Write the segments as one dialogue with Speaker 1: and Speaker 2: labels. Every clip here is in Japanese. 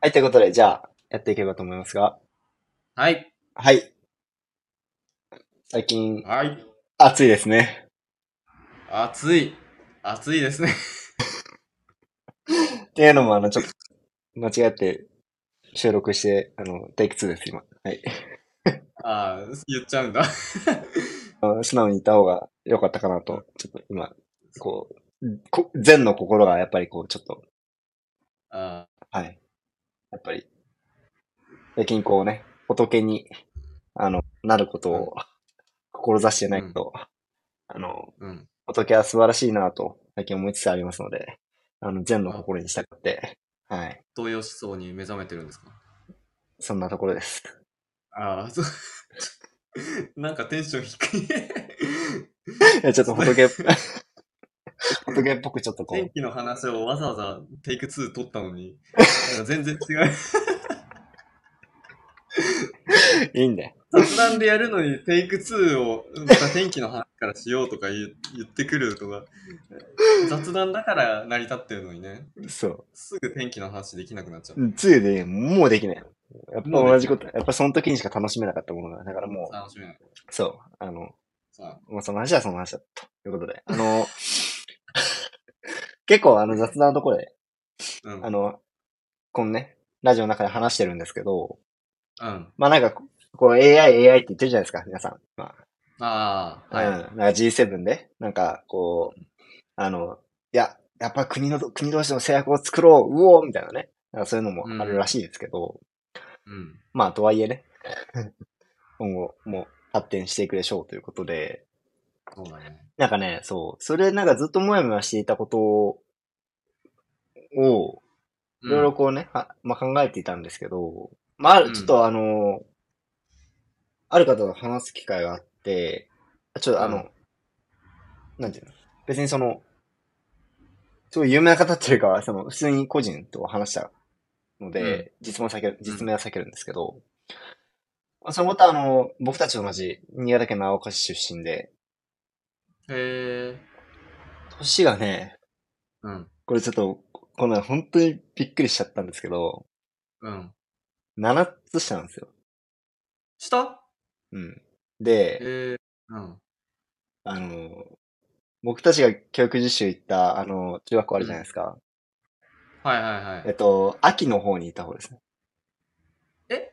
Speaker 1: はい、ということで、じゃあ、やっていけばと思いますが。
Speaker 2: はい。
Speaker 1: はい。最近、
Speaker 2: はい。
Speaker 1: 暑いですね。
Speaker 2: 暑い。暑いですね。
Speaker 1: っていうのも、あの、ちょっと、間違って収録して、あの、テイク2です、今。はい。
Speaker 2: ああ、言っちゃうんだ。
Speaker 1: あの素直に言った方が良かったかなと、ちょっと今、こう、こ善の心がやっぱりこう、ちょっと、
Speaker 2: あ
Speaker 1: はい。やっぱり、最近こうね、仏に、あの、なることを、志してないけど、あの、
Speaker 2: ーうん。
Speaker 1: 仏は素晴らしいなと、最近思いつつありますので、あの、善の心に従って、はい。
Speaker 2: 東洋思想に目覚めてるんですか
Speaker 1: そんなところです。
Speaker 2: ああ、そう。 なんかテンション低い。
Speaker 1: い やちょっと 仏、仏っぽくちょっとこ
Speaker 2: 天
Speaker 1: う、
Speaker 2: 気の話をわざわざテイク2取ったのに、なんか全然違う。
Speaker 1: いいんだよ。
Speaker 2: 雑談でやるのにテイク2をまた天気の話からしようとか言う言ってくるとか、雑談だから成り立ってるのにね、
Speaker 1: そう。
Speaker 2: すぐ天気の話できなくなっちゃう。
Speaker 1: うんつゆで、もうできない。やっぱ同じこと、やっぱその時にしか楽しめなかったものが、だからもう、
Speaker 2: 楽しみなの。
Speaker 1: そう、あの、
Speaker 2: さ
Speaker 1: もうその話はその話だと。いうことで、あの、 結構あの雑談のところで、
Speaker 2: あ、うん。
Speaker 1: あの、このね、ラジオの中で話してるんですけど、
Speaker 2: うん。
Speaker 1: まあなんかこ、こう AI、AI って言ってるじゃないですか、皆さん。ま
Speaker 2: ああ、
Speaker 1: あ、
Speaker 2: はい。
Speaker 1: うん。なんか G7 で、なんかこう、あの、いや、やっぱ国のど、国同士の制約を作ろう、うおーみたいなね。なんかそういうのもあるらしいですけど、
Speaker 2: うん。
Speaker 1: まあ、とはいえね、 今後も発展していくでしょうということで、
Speaker 2: そうだね。
Speaker 1: なんかね、そう、それなんかずっともやもやしていたことを、いろいろこうね、はまあ、考えていたんですけど、まああ
Speaker 2: う
Speaker 1: る、
Speaker 2: ん
Speaker 1: ちょっとあの、ある方と話す機会があって、ちょっとあの、
Speaker 2: うん
Speaker 1: なんていうの別にその、すごい有名な方っていうか、その、普通に個人と話したので、実名は避ける、実名は避けるんですけど、まあ、そのことはあの、僕たちと同じ、新潟県の青岡市出身で、
Speaker 2: うん。へえ。
Speaker 1: 年がね、
Speaker 2: うん。
Speaker 1: これちょっと、この前本当にびっくりしちゃったんですけど、
Speaker 2: うん。
Speaker 1: 7つ下なんですよ。
Speaker 2: した
Speaker 1: うん。で、
Speaker 2: へえ。うん。
Speaker 1: あの、僕たちが教育実習行った、あの、中学校あるじゃないですか。
Speaker 2: はいはいは
Speaker 1: えっ
Speaker 2: い。
Speaker 1: と、秋の方にいた方ですね。
Speaker 2: え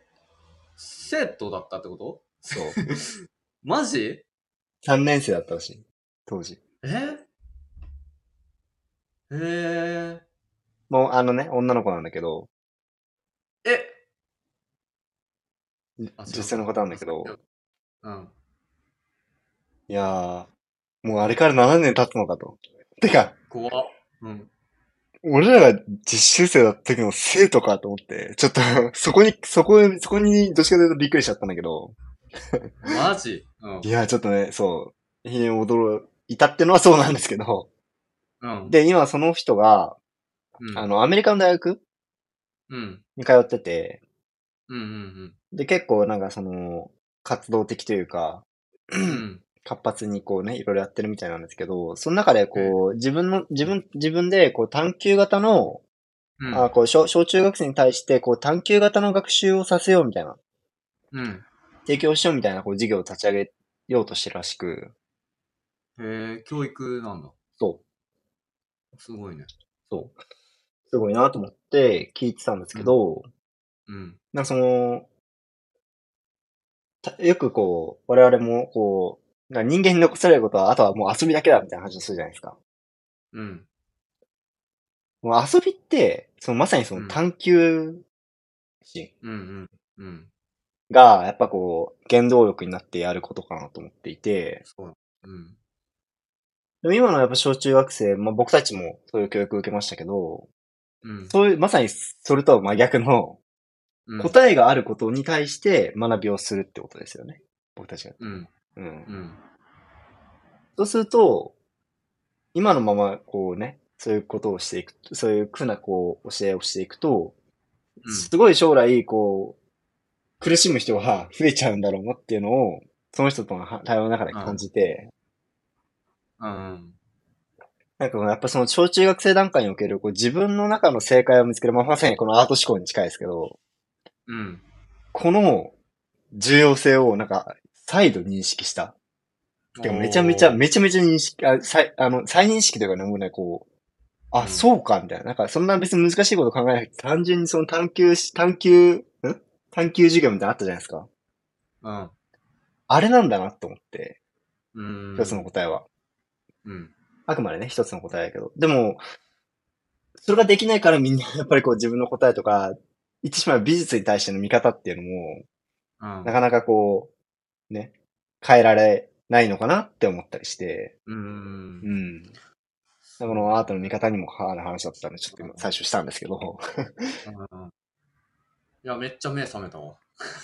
Speaker 2: 生徒だったってこと
Speaker 1: そう。
Speaker 2: マジ
Speaker 1: 3年生だったらしい。当時。
Speaker 2: えへえ。
Speaker 1: もう、あのね、女の子なんだけど、
Speaker 2: えあ
Speaker 1: 女性の方なんだけど、
Speaker 2: うん。
Speaker 1: いやー、もうあれから7年経つのかと。てか、
Speaker 2: 怖っ。うん。
Speaker 1: 俺らが実習生だった時の生徒かと思って、ちょっと、 そこに、そこ、そこに、どっちかというとびっくりしちゃったんだけど、
Speaker 2: マジうん
Speaker 1: い。やー、ちょっとね、そう、非常に驚いたってのはそうなんですけど、
Speaker 2: うん。
Speaker 1: で、今その人が、
Speaker 2: うん、
Speaker 1: あの、アメリカの大学
Speaker 2: うん。
Speaker 1: に通ってて、
Speaker 2: うんうん
Speaker 1: で、結構なんかその、活動的というか、
Speaker 2: うん。うん。
Speaker 1: 活発にこうね、いろいろやってるみたいなんですけど、その中でこう、自分の、自分、自分でこう探求型の、
Speaker 2: うん。
Speaker 1: あこう小、小中学生に対してこう探求型の学習をさせようみたいな、
Speaker 2: うん。
Speaker 1: 提供しようみたいなこう授業を立ち上げようとしてるらしく、
Speaker 2: へえ、教育なんだ。
Speaker 1: そう、
Speaker 2: すごいね。
Speaker 1: そう。すごいなと思って聞いてたんですけど、
Speaker 2: うん。
Speaker 1: なんかその、たよくこう、我々もこう、なんか人間に残されることは、あとはもう遊びだけだみたいな話をするじゃないですか。
Speaker 2: うん。
Speaker 1: もう遊びって、そのまさにそうの
Speaker 2: ん
Speaker 1: 探求心
Speaker 2: うんうん。うん。
Speaker 1: が、やっぱこう、原動力になってやることかなと思っていて、
Speaker 2: そう。うん。
Speaker 1: でも今のやっぱ小中学生、まあ僕たちもそういう教育を受けましたけど、
Speaker 2: うん。
Speaker 1: そういう、まさにそれとは真逆の、
Speaker 2: うん
Speaker 1: 答えがあることに対して学びをするってことですよね。僕たちが。
Speaker 2: うん。
Speaker 1: うん
Speaker 2: う。ん。
Speaker 1: そうすると、今のまま、こうね、そういうことをしていく、そういうふうな、こう、教えをしていくと、すごい将来、こう、苦しむ人が 増えちゃうんだろうなっていうのを、その人とのは対話の中で感じて、
Speaker 2: うん。
Speaker 1: なんかこのやっぱその小中学生段階におけるこう自分の中の正解を見つける、まあ、まさにこのアート思考に近いですけど、
Speaker 2: うん。
Speaker 1: この重要性をなんか再度認識した。てかめちゃめちゃ、
Speaker 2: おー
Speaker 1: めちゃめちゃ認識、あ再あの再認識というかね、もうね、こう、あ、
Speaker 2: うん
Speaker 1: そうか、みたいな。なんかそんな別に難しいこと考えなくて、単純にその探求し、探求、ん探求授業みたいなのあったじゃないですか。
Speaker 2: うん。
Speaker 1: あれなんだなと思って、
Speaker 2: うん。
Speaker 1: 一つの答えは。
Speaker 2: うん。
Speaker 1: あくまでね、一つの答えだけど。でも、それができないからみんな やっぱりこう自分の答えとか、言ってしまう美術に対しての見方っていうのも、
Speaker 2: うん
Speaker 1: な。かなかこう、ね、変えられないのかなって思ったりして、
Speaker 2: うん
Speaker 1: う。ん。このアートの見方にもあの話だったんで、ちょっと今最初したんですけど。
Speaker 2: うんいや、めっちゃ目覚めたわ。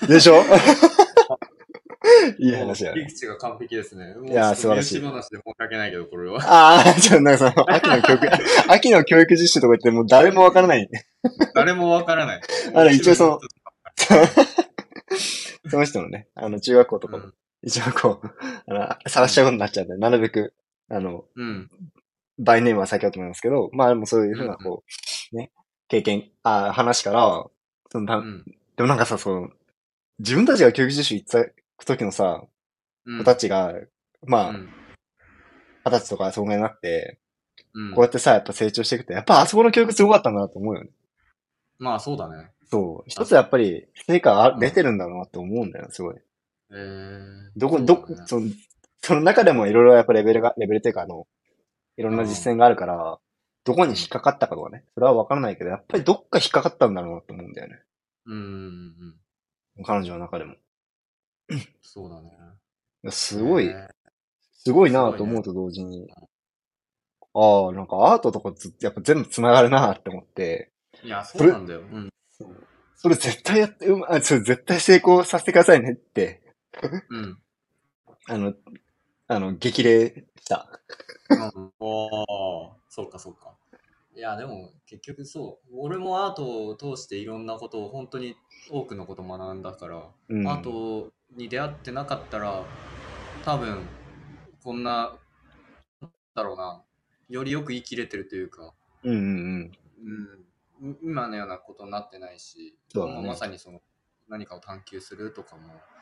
Speaker 1: でしょ いい話だね。
Speaker 2: もう切り口が完璧ですね。もう
Speaker 1: いやー
Speaker 2: ちょっと
Speaker 1: 素晴らしい
Speaker 2: 身内話で申し訳ないけど、これは。
Speaker 1: ああ、ちょっとなんかその、秋の教育、秋の教育実習とか言ってもう誰もわからない。
Speaker 2: 誰もわからない。
Speaker 1: あの一応そのその人のね、あの中学校とかも一応こう、あの、晒しちゃうことになっちゃうんで、なるべく、あの、
Speaker 2: うん。
Speaker 1: バイネームは避けようと思いますけど、まあでもそういうふうな、
Speaker 2: うんうん
Speaker 1: こう、ね、経験、あ話から、その
Speaker 2: う。
Speaker 1: なんでもなんかさ、その、自分たちが教育実習行った時のさ、
Speaker 2: うん。
Speaker 1: 子たちが、ま
Speaker 2: う
Speaker 1: あ、
Speaker 2: ん
Speaker 1: 二十歳とかそんぐらいになって、
Speaker 2: うん
Speaker 1: こうやってさ、やっぱ成長していくと、やっぱあそこの教育すごかったんだなと思うよね。
Speaker 2: まあ、そうだね。
Speaker 1: そう。一つやっぱり、成果あ
Speaker 2: うん
Speaker 1: 出てるんだなって思うんだよね、すごい。
Speaker 2: えー
Speaker 1: どこ、
Speaker 2: そう
Speaker 1: ど
Speaker 2: だ
Speaker 1: こ
Speaker 2: ね、
Speaker 1: その、その中でもいろいろやっぱレベルが、レベルというかあの、いろんな実践があるから、どこに引っかかったかとかね、それはわからないけど、やっぱりどっか引っかかったんだろうなと思うんだよね。
Speaker 2: うんうんうん。
Speaker 1: 彼女の中でも。い
Speaker 2: そうだね。
Speaker 1: やすごい
Speaker 2: え、ー
Speaker 1: すごいなと思うと同時に、ああ、なんかアートとかずやっぱ全部繋がるなって思って、
Speaker 2: いや、そうなんだよ。うん。
Speaker 1: それ絶対やって、うまあ、それ絶対成功させてくださいねって、
Speaker 2: うん。
Speaker 1: あの、あの、激励した。
Speaker 2: うん、おーそうかそうか。いやでも結局そう俺もアートを通していろんなことを本当に多くのことを学んだから、
Speaker 1: うん。
Speaker 2: アートに出会ってなかったら多分こんななんだろうなよりよく生きれてるというか、
Speaker 1: うんうんうん。
Speaker 2: うん、今のようなことになってないし、
Speaker 1: そうだね
Speaker 2: まあまさにその何かを探求するとかも、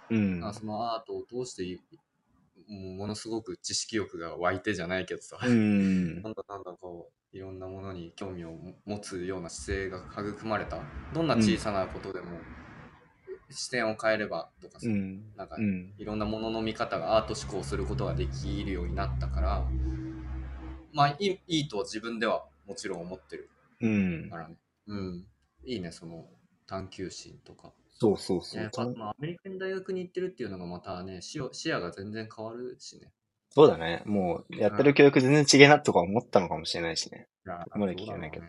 Speaker 1: うん。
Speaker 2: まあそのアートを通していもうものすごく知識欲が湧いてじゃないけどさ、
Speaker 1: うん。
Speaker 2: なんだなんだこういろんなものに興味を持つような姿勢が育まれたどんな小さなことでも、視点を変えればとかさ、
Speaker 1: うん。
Speaker 2: なんか
Speaker 1: うん。
Speaker 2: いろんなものの見方がアート思考することができるようになったからまあいいいいと自分ではもちろん思ってる
Speaker 1: うん
Speaker 2: か。らね、うん、いいねその探求心とか
Speaker 1: そうそうそ
Speaker 2: やっ
Speaker 1: う。
Speaker 2: ぱ、まあ、アメリカに大学に行ってるっていうのがまたね視野視野が全然変わるしね
Speaker 1: そうだね。もう、やってる教育全然違えなとか思ったのかもしれないしね。
Speaker 2: あ
Speaker 1: まだ聞けないけど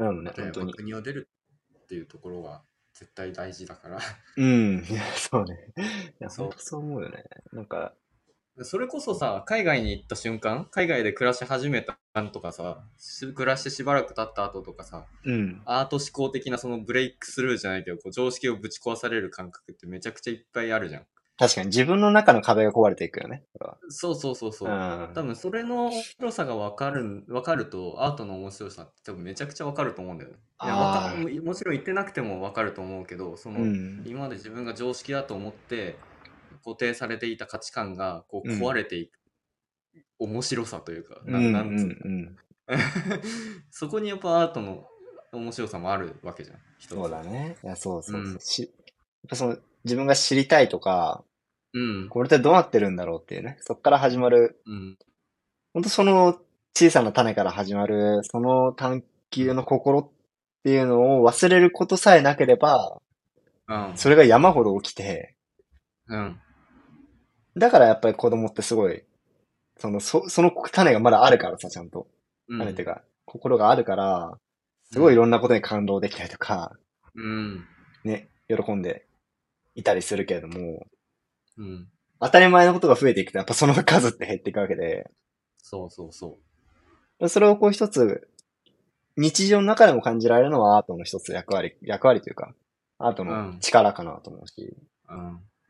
Speaker 2: うん
Speaker 1: うん、ね、
Speaker 2: で
Speaker 1: 本当
Speaker 2: まあ
Speaker 1: に。
Speaker 2: 国を出るっていうところが絶対大事だから
Speaker 1: うん。 いやそうね。いや、
Speaker 2: そう
Speaker 1: 本当そう思うよね。なんか、
Speaker 2: それこそさ海外に行った瞬間海外で暮らし始めたんとかさし暮らしてしばらく経った後とかさ
Speaker 1: うん。
Speaker 2: アート思考的なそのブレイクスルーじゃないけどこう常識をぶち壊される感覚ってめちゃくちゃいっぱいあるじゃん
Speaker 1: 確かに自分の中の壁が壊れていくよね。これは
Speaker 2: そうそうそうそう、
Speaker 1: うん
Speaker 2: 多分それの面白さが分かる分かるとアートの面白さって多分めちゃくちゃ分かると思うんだよねいやわ
Speaker 1: あ
Speaker 2: か
Speaker 1: ー
Speaker 2: もちろん言ってなくても分かると思うけどその、
Speaker 1: うん。
Speaker 2: 今まで自分が常識だと思って固定されていた価値観がこう
Speaker 1: うん
Speaker 2: 壊れていく、面白さというか、
Speaker 1: うん。う。
Speaker 2: なん
Speaker 1: う
Speaker 2: なんつうの
Speaker 1: ん。
Speaker 2: そこにやっぱアートの面白さもあるわけじゃん。一つ。
Speaker 1: そうだね。いや、そうそううんしやっぱその、自分が知りたいとか、
Speaker 2: うん。
Speaker 1: これってどうなってるんだろうっていうね。そっから始まる
Speaker 2: うん。
Speaker 1: 本当その小さな種から始まる、その探求の心っていうのを忘れることさえなければ、
Speaker 2: うん。
Speaker 1: それが山ほど起きて、
Speaker 2: うん。
Speaker 1: だからやっぱり子供ってすごい、その、そその種がまだあるからさ、ちゃんと。
Speaker 2: うん。
Speaker 1: 種っていうか、心があるから、すごいいろんなことに感動できたりとか、
Speaker 2: うん。
Speaker 1: ね、喜んでいたりするけれども、
Speaker 2: うん。
Speaker 1: 当たり前のことが増えていくと、やっぱその数って減っていくわけで、
Speaker 2: そうそうそ
Speaker 1: それをこう一つ、日常の中でも感じられるのはアートの一つ役割、役割というか、アートの力かなと思うし、
Speaker 2: う。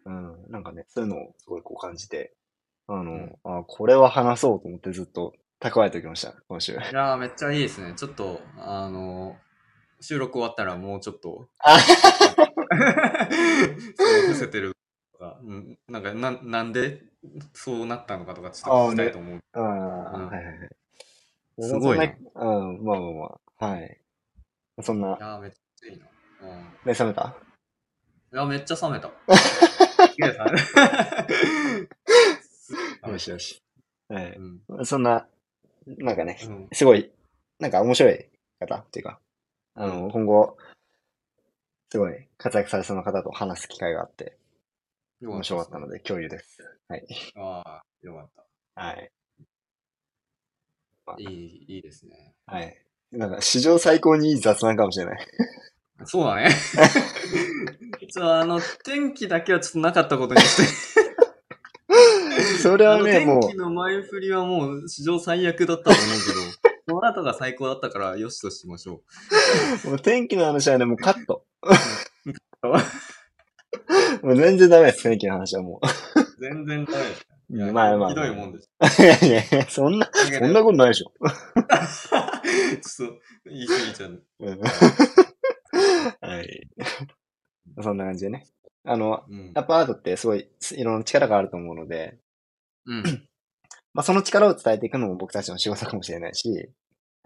Speaker 2: うん。
Speaker 1: うん、なんかね、そういうのをすごいこう感じて、あの、
Speaker 2: うん
Speaker 1: あこれは話そうと思ってずっと蓄えておきました、今週。
Speaker 2: いやー、めっちゃいいですね。ちょっと、あのー収録終わったらもうちょっと、
Speaker 1: あ
Speaker 2: そう伏せてるとか、うんなんかな、なんでそうなったのかとか、ちょっと聞きたいと思う。
Speaker 1: ああ、はいはいはい。
Speaker 2: すごいな。い
Speaker 1: うん、まあまあまあ。はい。そんな、
Speaker 2: やー、めっちゃいいな。うん、い
Speaker 1: 目覚めた
Speaker 2: や、めっちゃ冷めた。すげえ冷め た
Speaker 1: よしよし。はい。
Speaker 2: うん
Speaker 1: そんな、なんかね、
Speaker 2: うん
Speaker 1: すごい、なんか面白い方っていうか、あの、今後、すごい活躍されそうな方と話す機会があって、面白かったので共有です。はい。
Speaker 2: ああ、よかった。
Speaker 1: はい。
Speaker 2: いい、いいですね。
Speaker 1: はい。なんか、史上最高にいい雑談かもしれない。
Speaker 2: そう だね。ちょっとあの、天気だけはちょっとなかったことにして。
Speaker 1: それ
Speaker 2: あ
Speaker 1: は
Speaker 2: の
Speaker 1: ね、もう、
Speaker 2: 天気の前振りはもう史上最悪だったと思うけど、 その後が最高だったから、よしとしましょ
Speaker 1: もう天気の話はね、もうカット。
Speaker 2: ト
Speaker 1: もう全然ダメです、天気の話はも
Speaker 2: う。全然ダメです
Speaker 1: う。
Speaker 2: いや
Speaker 1: まあまあ。
Speaker 2: ひどいもんです。
Speaker 1: い やいやいや、そんな、そんなことないでしょ。
Speaker 2: ちょっと、言い過ぎちゃう。
Speaker 1: うんはい。そんな感じでね。あの、
Speaker 2: うん
Speaker 1: や。っぱアートってすごい、いろんな力があると思うので、
Speaker 2: うん。
Speaker 1: まあその力を伝えていくのも僕たちの仕事かもしれないし、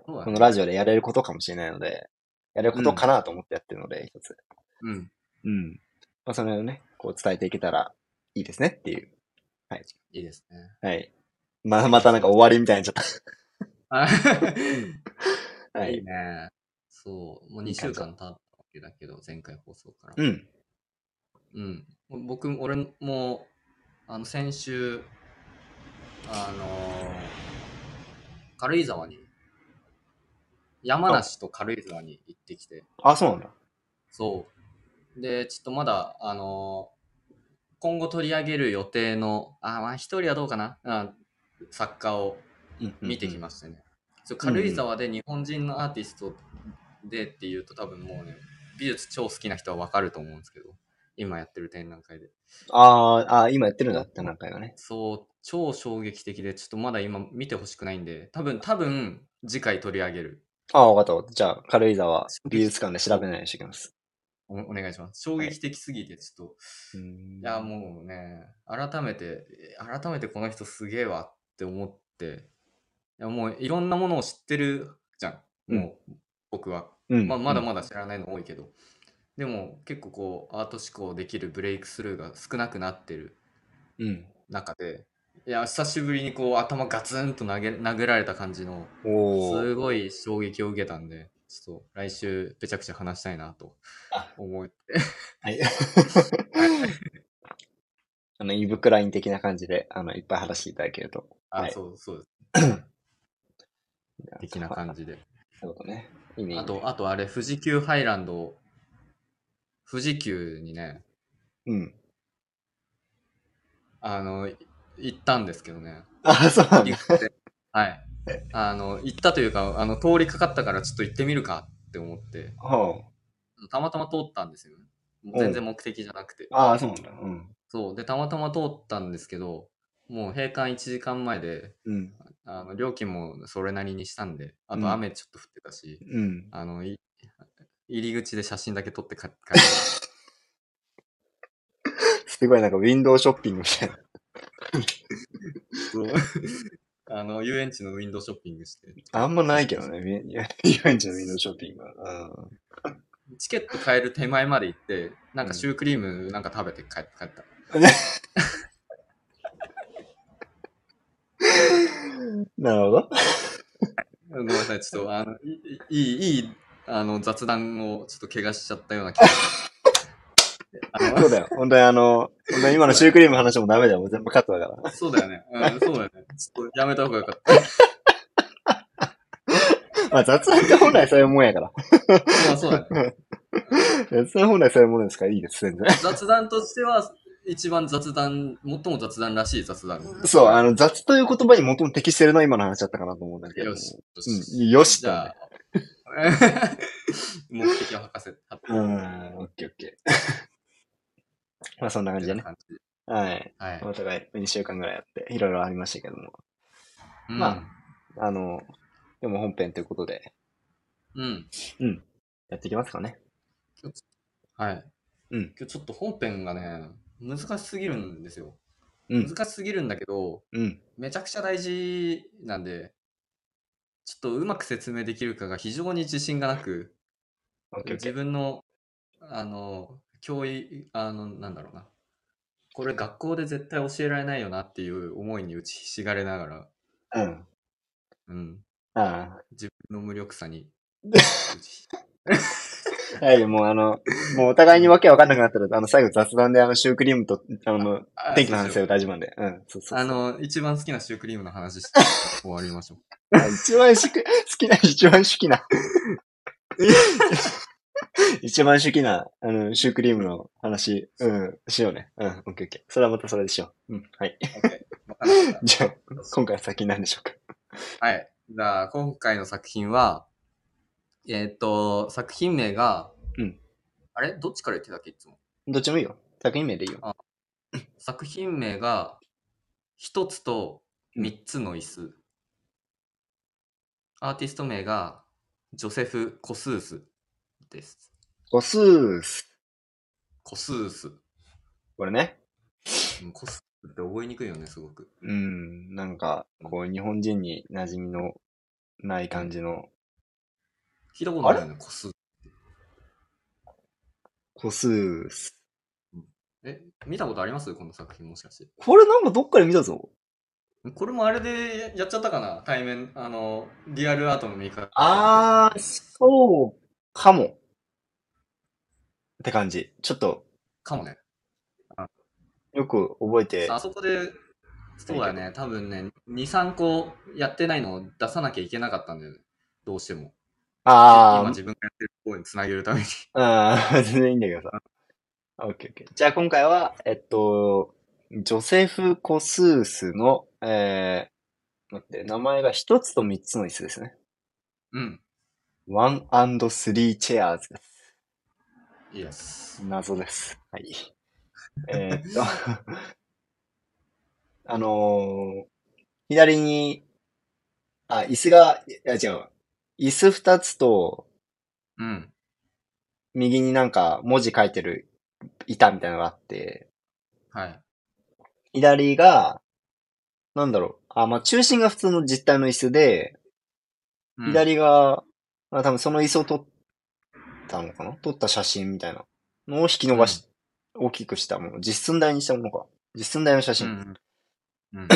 Speaker 2: そうだ
Speaker 1: こ
Speaker 2: ね
Speaker 1: のラジオでやれることかもしれないので、やれることかなと思ってやってるので、一つ。
Speaker 2: うん。
Speaker 1: うん。まあそれをね、こう伝えていけたらいいですねっていう。
Speaker 2: いいです ね。
Speaker 1: はい。まあまたなんか終わりみたいになっちゃっ
Speaker 2: あ
Speaker 1: た。はい
Speaker 2: い
Speaker 1: い。
Speaker 2: ね。そう。もう
Speaker 1: い
Speaker 2: 2
Speaker 1: い感
Speaker 2: 週
Speaker 1: じだ
Speaker 2: 間経ったわけだけど、前回放送から。
Speaker 1: うん。
Speaker 2: うん、僕、俺も、あの、先週、あのー軽井沢に、山梨と軽井沢に行ってきて、
Speaker 1: あ、そうなんだ。
Speaker 2: そう。で、ちょっとまだ、あのー今後取り上げる予定の、あ、まあ、一人はどうかな、うん、作家を見てきましたね。そう軽井沢で日本人のアーティストでっていうと多分もうね、美術超好きな人はわかると思うんですけど、今やってる展覧会で。
Speaker 1: す。あーあー、今やってるんだって何回かね。
Speaker 2: そう、超衝撃的で、ちょっとまだ今見てほしくないんで、多分、多分、次回取り上げる。
Speaker 1: ああ、わかったわかった。じゃあ、軽井沢美術館で調べないようにしておきます。
Speaker 2: おお願いします。衝撃的すぎて、ちょっと、
Speaker 1: い
Speaker 2: いや、もうね、改めて、え改めてこの人すげえわって思って、いや、もういろんなものを知ってるじゃん、もう、僕は。
Speaker 1: うん、
Speaker 2: まあ、まだ
Speaker 1: だ。
Speaker 2: まだ知らないの多いけど、でも、結構こう、アート思考できるブレイクスルーが少なくなってる
Speaker 1: うん。
Speaker 2: 中で、いや、久しぶりにこう、頭ガツンと投げ殴られた感じの、
Speaker 1: お
Speaker 2: す
Speaker 1: ー。
Speaker 2: ごい衝撃を受けたんで、ちょっと来週めちゃくちゃ話したいなと
Speaker 1: あ
Speaker 2: 思って。
Speaker 1: はい。 あの、イブクライン的な感じで、あの、いっぱい話していただけると。
Speaker 2: あ、
Speaker 1: はい
Speaker 2: そうそうです。的な感じで。
Speaker 1: じ。なるほどね。いいね。いいね
Speaker 2: あ、と、あとあれ、富士急ハイランドを、富士急にね、
Speaker 1: うん。
Speaker 2: あの、い行ったんですけどね。
Speaker 1: あ、そうなんだ。
Speaker 2: はい。あの、行ったというか、あの、通りかかったからちょっと行ってみるかって思って、
Speaker 1: ほう
Speaker 2: たまたま通ったんですよね。全然目的じゃなくて。
Speaker 1: ああ、そうなんだ。うん。
Speaker 2: そう。で、たまたま通ったんですけど、もう閉館1時間前で、
Speaker 1: うん。
Speaker 2: あの料金もそれなりにしたんで、あ
Speaker 1: うん
Speaker 2: と雨ちょっと降ってたし、
Speaker 1: うん。
Speaker 2: あのい入り口で写真だけ撮って 帰帰ってき
Speaker 1: すごいなんかウィンドウショッピングみたいな。
Speaker 2: た あの遊園地のウィンドウショッピングして、
Speaker 1: あんまないけどね、遊 園地のウィンドウショッピングは。うん
Speaker 2: チケット買える手前まで行って、なんかシュークリームなんか食べて帰帰った。
Speaker 1: なるほど。
Speaker 2: ごめんなさい、ちょっとあのいいいいいいあの雑談をちょっと怪我しちゃったような気があの
Speaker 1: そうだよ。本当にあの、本当に今のシュークリームの話もダメだよ。もう全部カットだから。
Speaker 2: そうだよね、うん、そうだよね。ちょっとやめた方がよかった。
Speaker 1: まあ雑談って本来そういうもんやから。
Speaker 2: まあそうだね。
Speaker 1: 雑談本来そういうものですからいいです、全然。
Speaker 2: 雑談としては、一番雑談、最も雑談らしい雑談。
Speaker 1: そう、あの、雑という言葉に最も適してるのは今の話だったかなと思うんだけど。
Speaker 2: よし。
Speaker 1: うん、よし
Speaker 2: じゃ
Speaker 1: だ、
Speaker 2: あ、 目的を博せ。
Speaker 1: ね。うん、オッケーオッ ケー。まあそんな感じでね。
Speaker 2: 感じ。
Speaker 1: はい。
Speaker 2: はい。
Speaker 1: お互い2週間ぐらいやって、いろいろありましたけども。
Speaker 2: うん
Speaker 1: まあの、でも本編ということで、
Speaker 2: うん。
Speaker 1: うん。やっていきますかね。
Speaker 2: はい。
Speaker 1: うん
Speaker 2: 今日ちょっと本編がね、難しすぎるんですよ。
Speaker 1: うん。
Speaker 2: 難しすぎるんだけど、
Speaker 1: うん。
Speaker 2: めちゃくちゃ大事なんで、ちょっとうまく説明できるかが非常に自信がなく、
Speaker 1: オッケーオッケ
Speaker 2: 自
Speaker 1: ー。
Speaker 2: 分の、あの、教育、あの、なんだろうな。これ学校で絶対教えられないよなっていう思いに打ちひしがれながら、
Speaker 1: うん。
Speaker 2: うん、
Speaker 1: あ
Speaker 2: 自分の無 力さに打ちひ
Speaker 1: あ。はい、もうあの、もうお互いにわけわかんなくなったら、あの、最後雑談であの、シュークリームと、あの、
Speaker 2: あ
Speaker 1: 天気の話
Speaker 2: そう
Speaker 1: を
Speaker 2: しよ
Speaker 1: 大事なんで。うん。そう
Speaker 2: う
Speaker 1: そう
Speaker 2: あ
Speaker 1: そう。
Speaker 2: の、一番好きなシュークリームの 話して終わりましょう。
Speaker 1: 一番しく好きな、一番好きな。 一番好きな、あの、シュークリームの話、うん、しようね。うん、オッケーオッケー。それはまたそれでしよう。うん、はい。
Speaker 2: わかりました
Speaker 1: じゃあ、今回は先なんでしょうか。
Speaker 2: はい。じゃあ、今回の作品は、えーっ、と、作品名が、
Speaker 1: うん
Speaker 2: あれどっちから言ってたっけいつも。
Speaker 1: どっちもいいよ。作品名でいいよ。
Speaker 2: 作品名が、一つと三つの椅子。アーティスト名が、ジョセフ・コスースです。
Speaker 1: コスース。
Speaker 2: コスース。
Speaker 1: これね。
Speaker 2: うんコスースって覚えにくいよね、すごく。
Speaker 1: うん、なんか、こう、日本人に馴染みのない感じの、
Speaker 2: 聞いたことないよね、コスース。
Speaker 1: コスース。
Speaker 2: え、見たことありますこの作品もしかして。
Speaker 1: これなんかどっかで見たぞ。
Speaker 2: これもあれでやっちゃったかな対面、あの、リアルアートのメーカー。
Speaker 1: あー、そう、かも。って感じ。ちょっと、
Speaker 2: かもね。
Speaker 1: よく覚えて、
Speaker 2: あそこで、そうだよね、多分ね、2、3個やってないのを出さなきゃいけなかったんだよね。どうしても。
Speaker 1: あ
Speaker 2: 今
Speaker 1: ー
Speaker 2: 自分がやってる方につなげるために。
Speaker 1: あー、全然いいんだけ どさ。オッケーオッケー。じゃあ今回は、えっと、ジョセフ・コスースの、えー、待って、名前が一つと三つの椅子ですね。
Speaker 2: うん。
Speaker 1: ワンスリーチェアーズです。
Speaker 2: イエス。
Speaker 1: 謎です。はい。えーっと、 あのー左に、あ、椅子が、いや違うわ。椅子二つと、
Speaker 2: うん。
Speaker 1: 右になんか文字書いてる板みたいなのがあって、
Speaker 2: はい。
Speaker 1: 左が、なんだろう。あ、まあ、中心が普通の実体の椅子で、
Speaker 2: うん、
Speaker 1: 左が、まあ、多分その椅子を撮ったのかな撮った写真みたいなのを引き伸ばし、大きくしたもの。実寸大にしたものか。実寸大の写
Speaker 2: う
Speaker 1: 真。
Speaker 2: ん。 うん。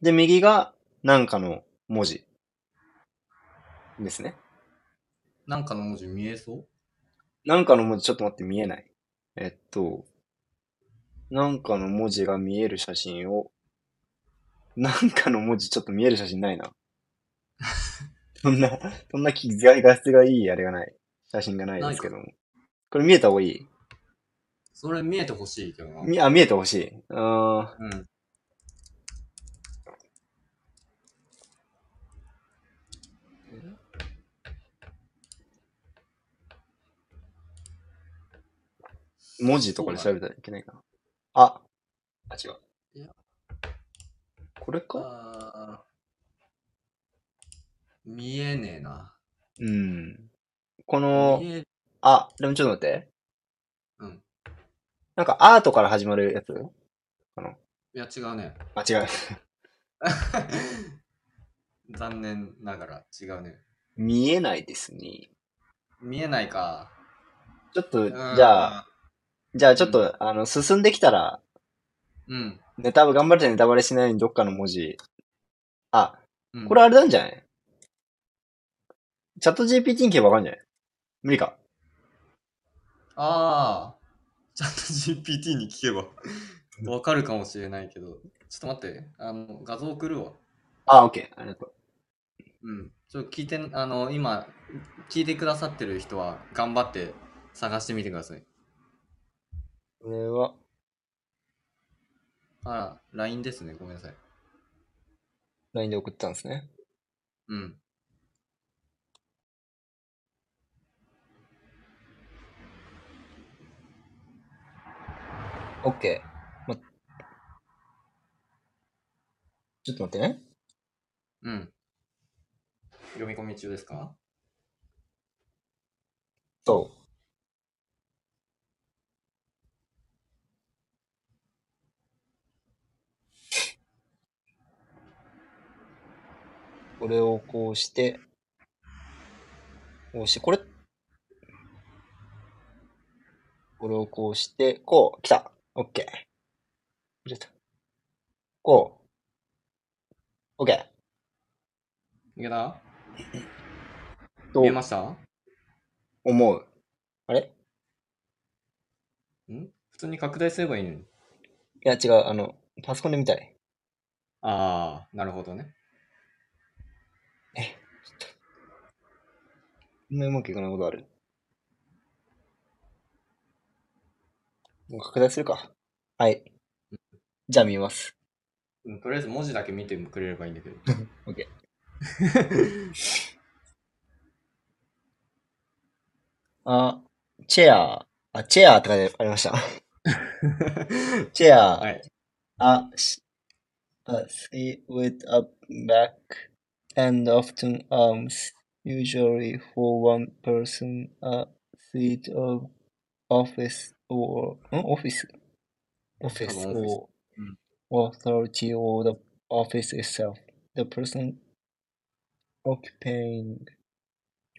Speaker 1: で、右が、なんかの文字。ですね。
Speaker 2: なんかの文字見えそう
Speaker 1: なんかの文字、ちょっと待って、見えない。えっと、なんかの文字が見える写真を、なんかの文字ちょっと見える写真ないな。 そんな、そんな気が画質がいいあれがない。写真がないですけども。これ見えた方がいい
Speaker 2: それ見えてほしいけどな。
Speaker 1: みあ、見えてほしい。あ
Speaker 2: うん。
Speaker 1: ー文字とかで調べたらいけないかな。あ、あ、違う。
Speaker 2: いや
Speaker 1: これか
Speaker 2: あー見えねえな。
Speaker 1: うん。この
Speaker 2: 見、え
Speaker 1: あ、でもちょっと待って。
Speaker 2: うん。
Speaker 1: なんか、アートから始まるやつ
Speaker 2: いや違うね。
Speaker 1: あ、違う。
Speaker 2: 残念ながら違うね。
Speaker 1: 見えないですね。
Speaker 2: 見えないか。
Speaker 1: ちょっと、
Speaker 2: うん
Speaker 1: じゃあ、。じゃあちょっと、あの、進んできたら、
Speaker 2: うん。
Speaker 1: ネタ、頑張ってネタバレしないようにどっかの文字。あ、
Speaker 2: うん
Speaker 1: これあれなんじゃない、チャット GPT に聞けばわかんじゃない無理か。
Speaker 2: ああ、チャット GPT に聞けばわかるかもしれないけど、ちょっと待って、あの画像送るわ。
Speaker 1: あ、オッケー。ありがとう。
Speaker 2: うん。ちょっと聞いて、あの、今、聞いてくださってる人は頑張って探してみてください。
Speaker 1: これは、
Speaker 2: あら、LINE ですね。ごめんなさい。
Speaker 1: LINE で送ったんですね。
Speaker 2: うん。
Speaker 1: オッケー。ま、ちょっと待ってね。
Speaker 2: うん。読み込み中ですか
Speaker 1: そう。これをこうして、こうして、これ、これをこうして、こう、来た。オッケー。入れた。こう。オッケ
Speaker 2: いけた
Speaker 1: ー。
Speaker 2: 見えま
Speaker 1: と
Speaker 2: した
Speaker 1: 思う。あれ
Speaker 2: ん普通に拡大すればいいのに。
Speaker 1: いや、違う。あの、パソコンで見たい。
Speaker 2: ああ、なるほどね。
Speaker 1: こんなうまくいかないことある。もう拡大するか。はい。じゃあ見ます。
Speaker 2: うんとりあえず文字だけ見てくれればいいんだけど。
Speaker 1: オッケあ、チェア。あ、チェアって書いてありました。チェア。
Speaker 2: はい。
Speaker 1: あ、し、あ、sleep with a back and often arms, usually for one person, a seat of office or, ん office? office
Speaker 2: 多分 office
Speaker 1: or
Speaker 2: うん
Speaker 1: authority or the office itself. The person occupying,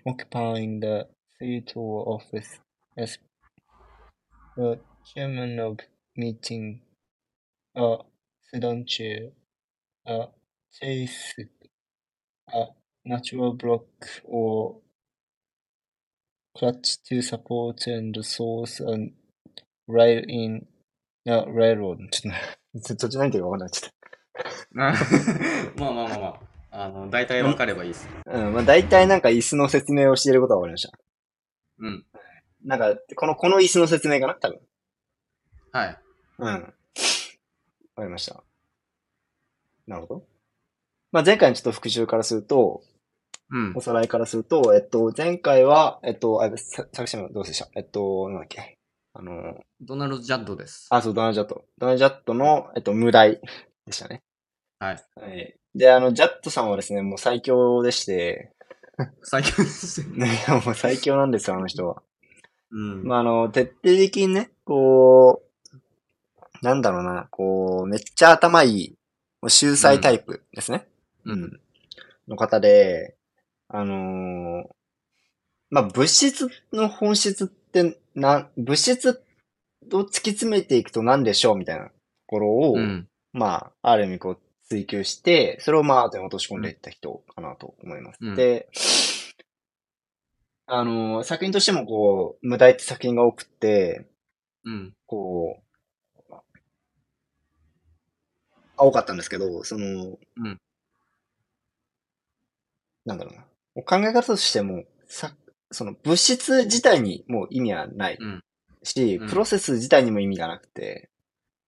Speaker 1: occupying the seat or office as the chairman of meeting. あ、セダンチェア、チェイス、あ、ナチュラルブロック、をクラッチ to support and source and rail in, あ、railroad。ちょ っと、途中何ていうか分かんなくなっちゃっ
Speaker 2: まあまあまあまあ。あの、大体わかればいいです。
Speaker 1: た。うん、まあ大体なんか椅子の説明をしていることは分かりました。
Speaker 2: うん。
Speaker 1: なんか、この、この椅子の説明かな多分。
Speaker 2: はい。
Speaker 1: うん。わかりました。なるほど。まあ前回のちょっと復習からすると、
Speaker 2: うん
Speaker 1: お。さらいからすると、えっと、前回は、えっと、あ、さ作者のどうでしたえっと、なんだっけ。あの、
Speaker 2: ドナルド・ジャッドです。
Speaker 1: あ、そう、ドナルド・ジャット。ドナルド・ジャットの、えっと、無題でしたね。
Speaker 2: はい。
Speaker 1: はい。で、あの、ジャットさんはですね、もう最強でして、
Speaker 2: 最近ですよ
Speaker 1: ね、
Speaker 2: ね。
Speaker 1: もう最強なんですよ、あの人は。
Speaker 2: うん。
Speaker 1: まあ、あの、徹底的にね、こう、なんだろうな、こう、めっちゃ頭いい、もう秀才タイプですね。
Speaker 2: うん
Speaker 1: うん。の方で、あのーまあ、物質の本質って、な、物質を突き詰めていくと何でしょうみたいなところを、
Speaker 2: うん。
Speaker 1: まあ、ある意味こう追求して、それをまあ、後に落とし込んでいった人かなと思います。
Speaker 2: うん
Speaker 1: で、あのー作品としてもこう、無題って作品が多くて、
Speaker 2: うん。
Speaker 1: こう、あ多かったんですけど、その、
Speaker 2: うん
Speaker 1: なんだろうな。もう考え方としても、さ、その物質自体にもう意味はない
Speaker 2: うん
Speaker 1: し、
Speaker 2: うん
Speaker 1: プロセス自体にも意味がなくて、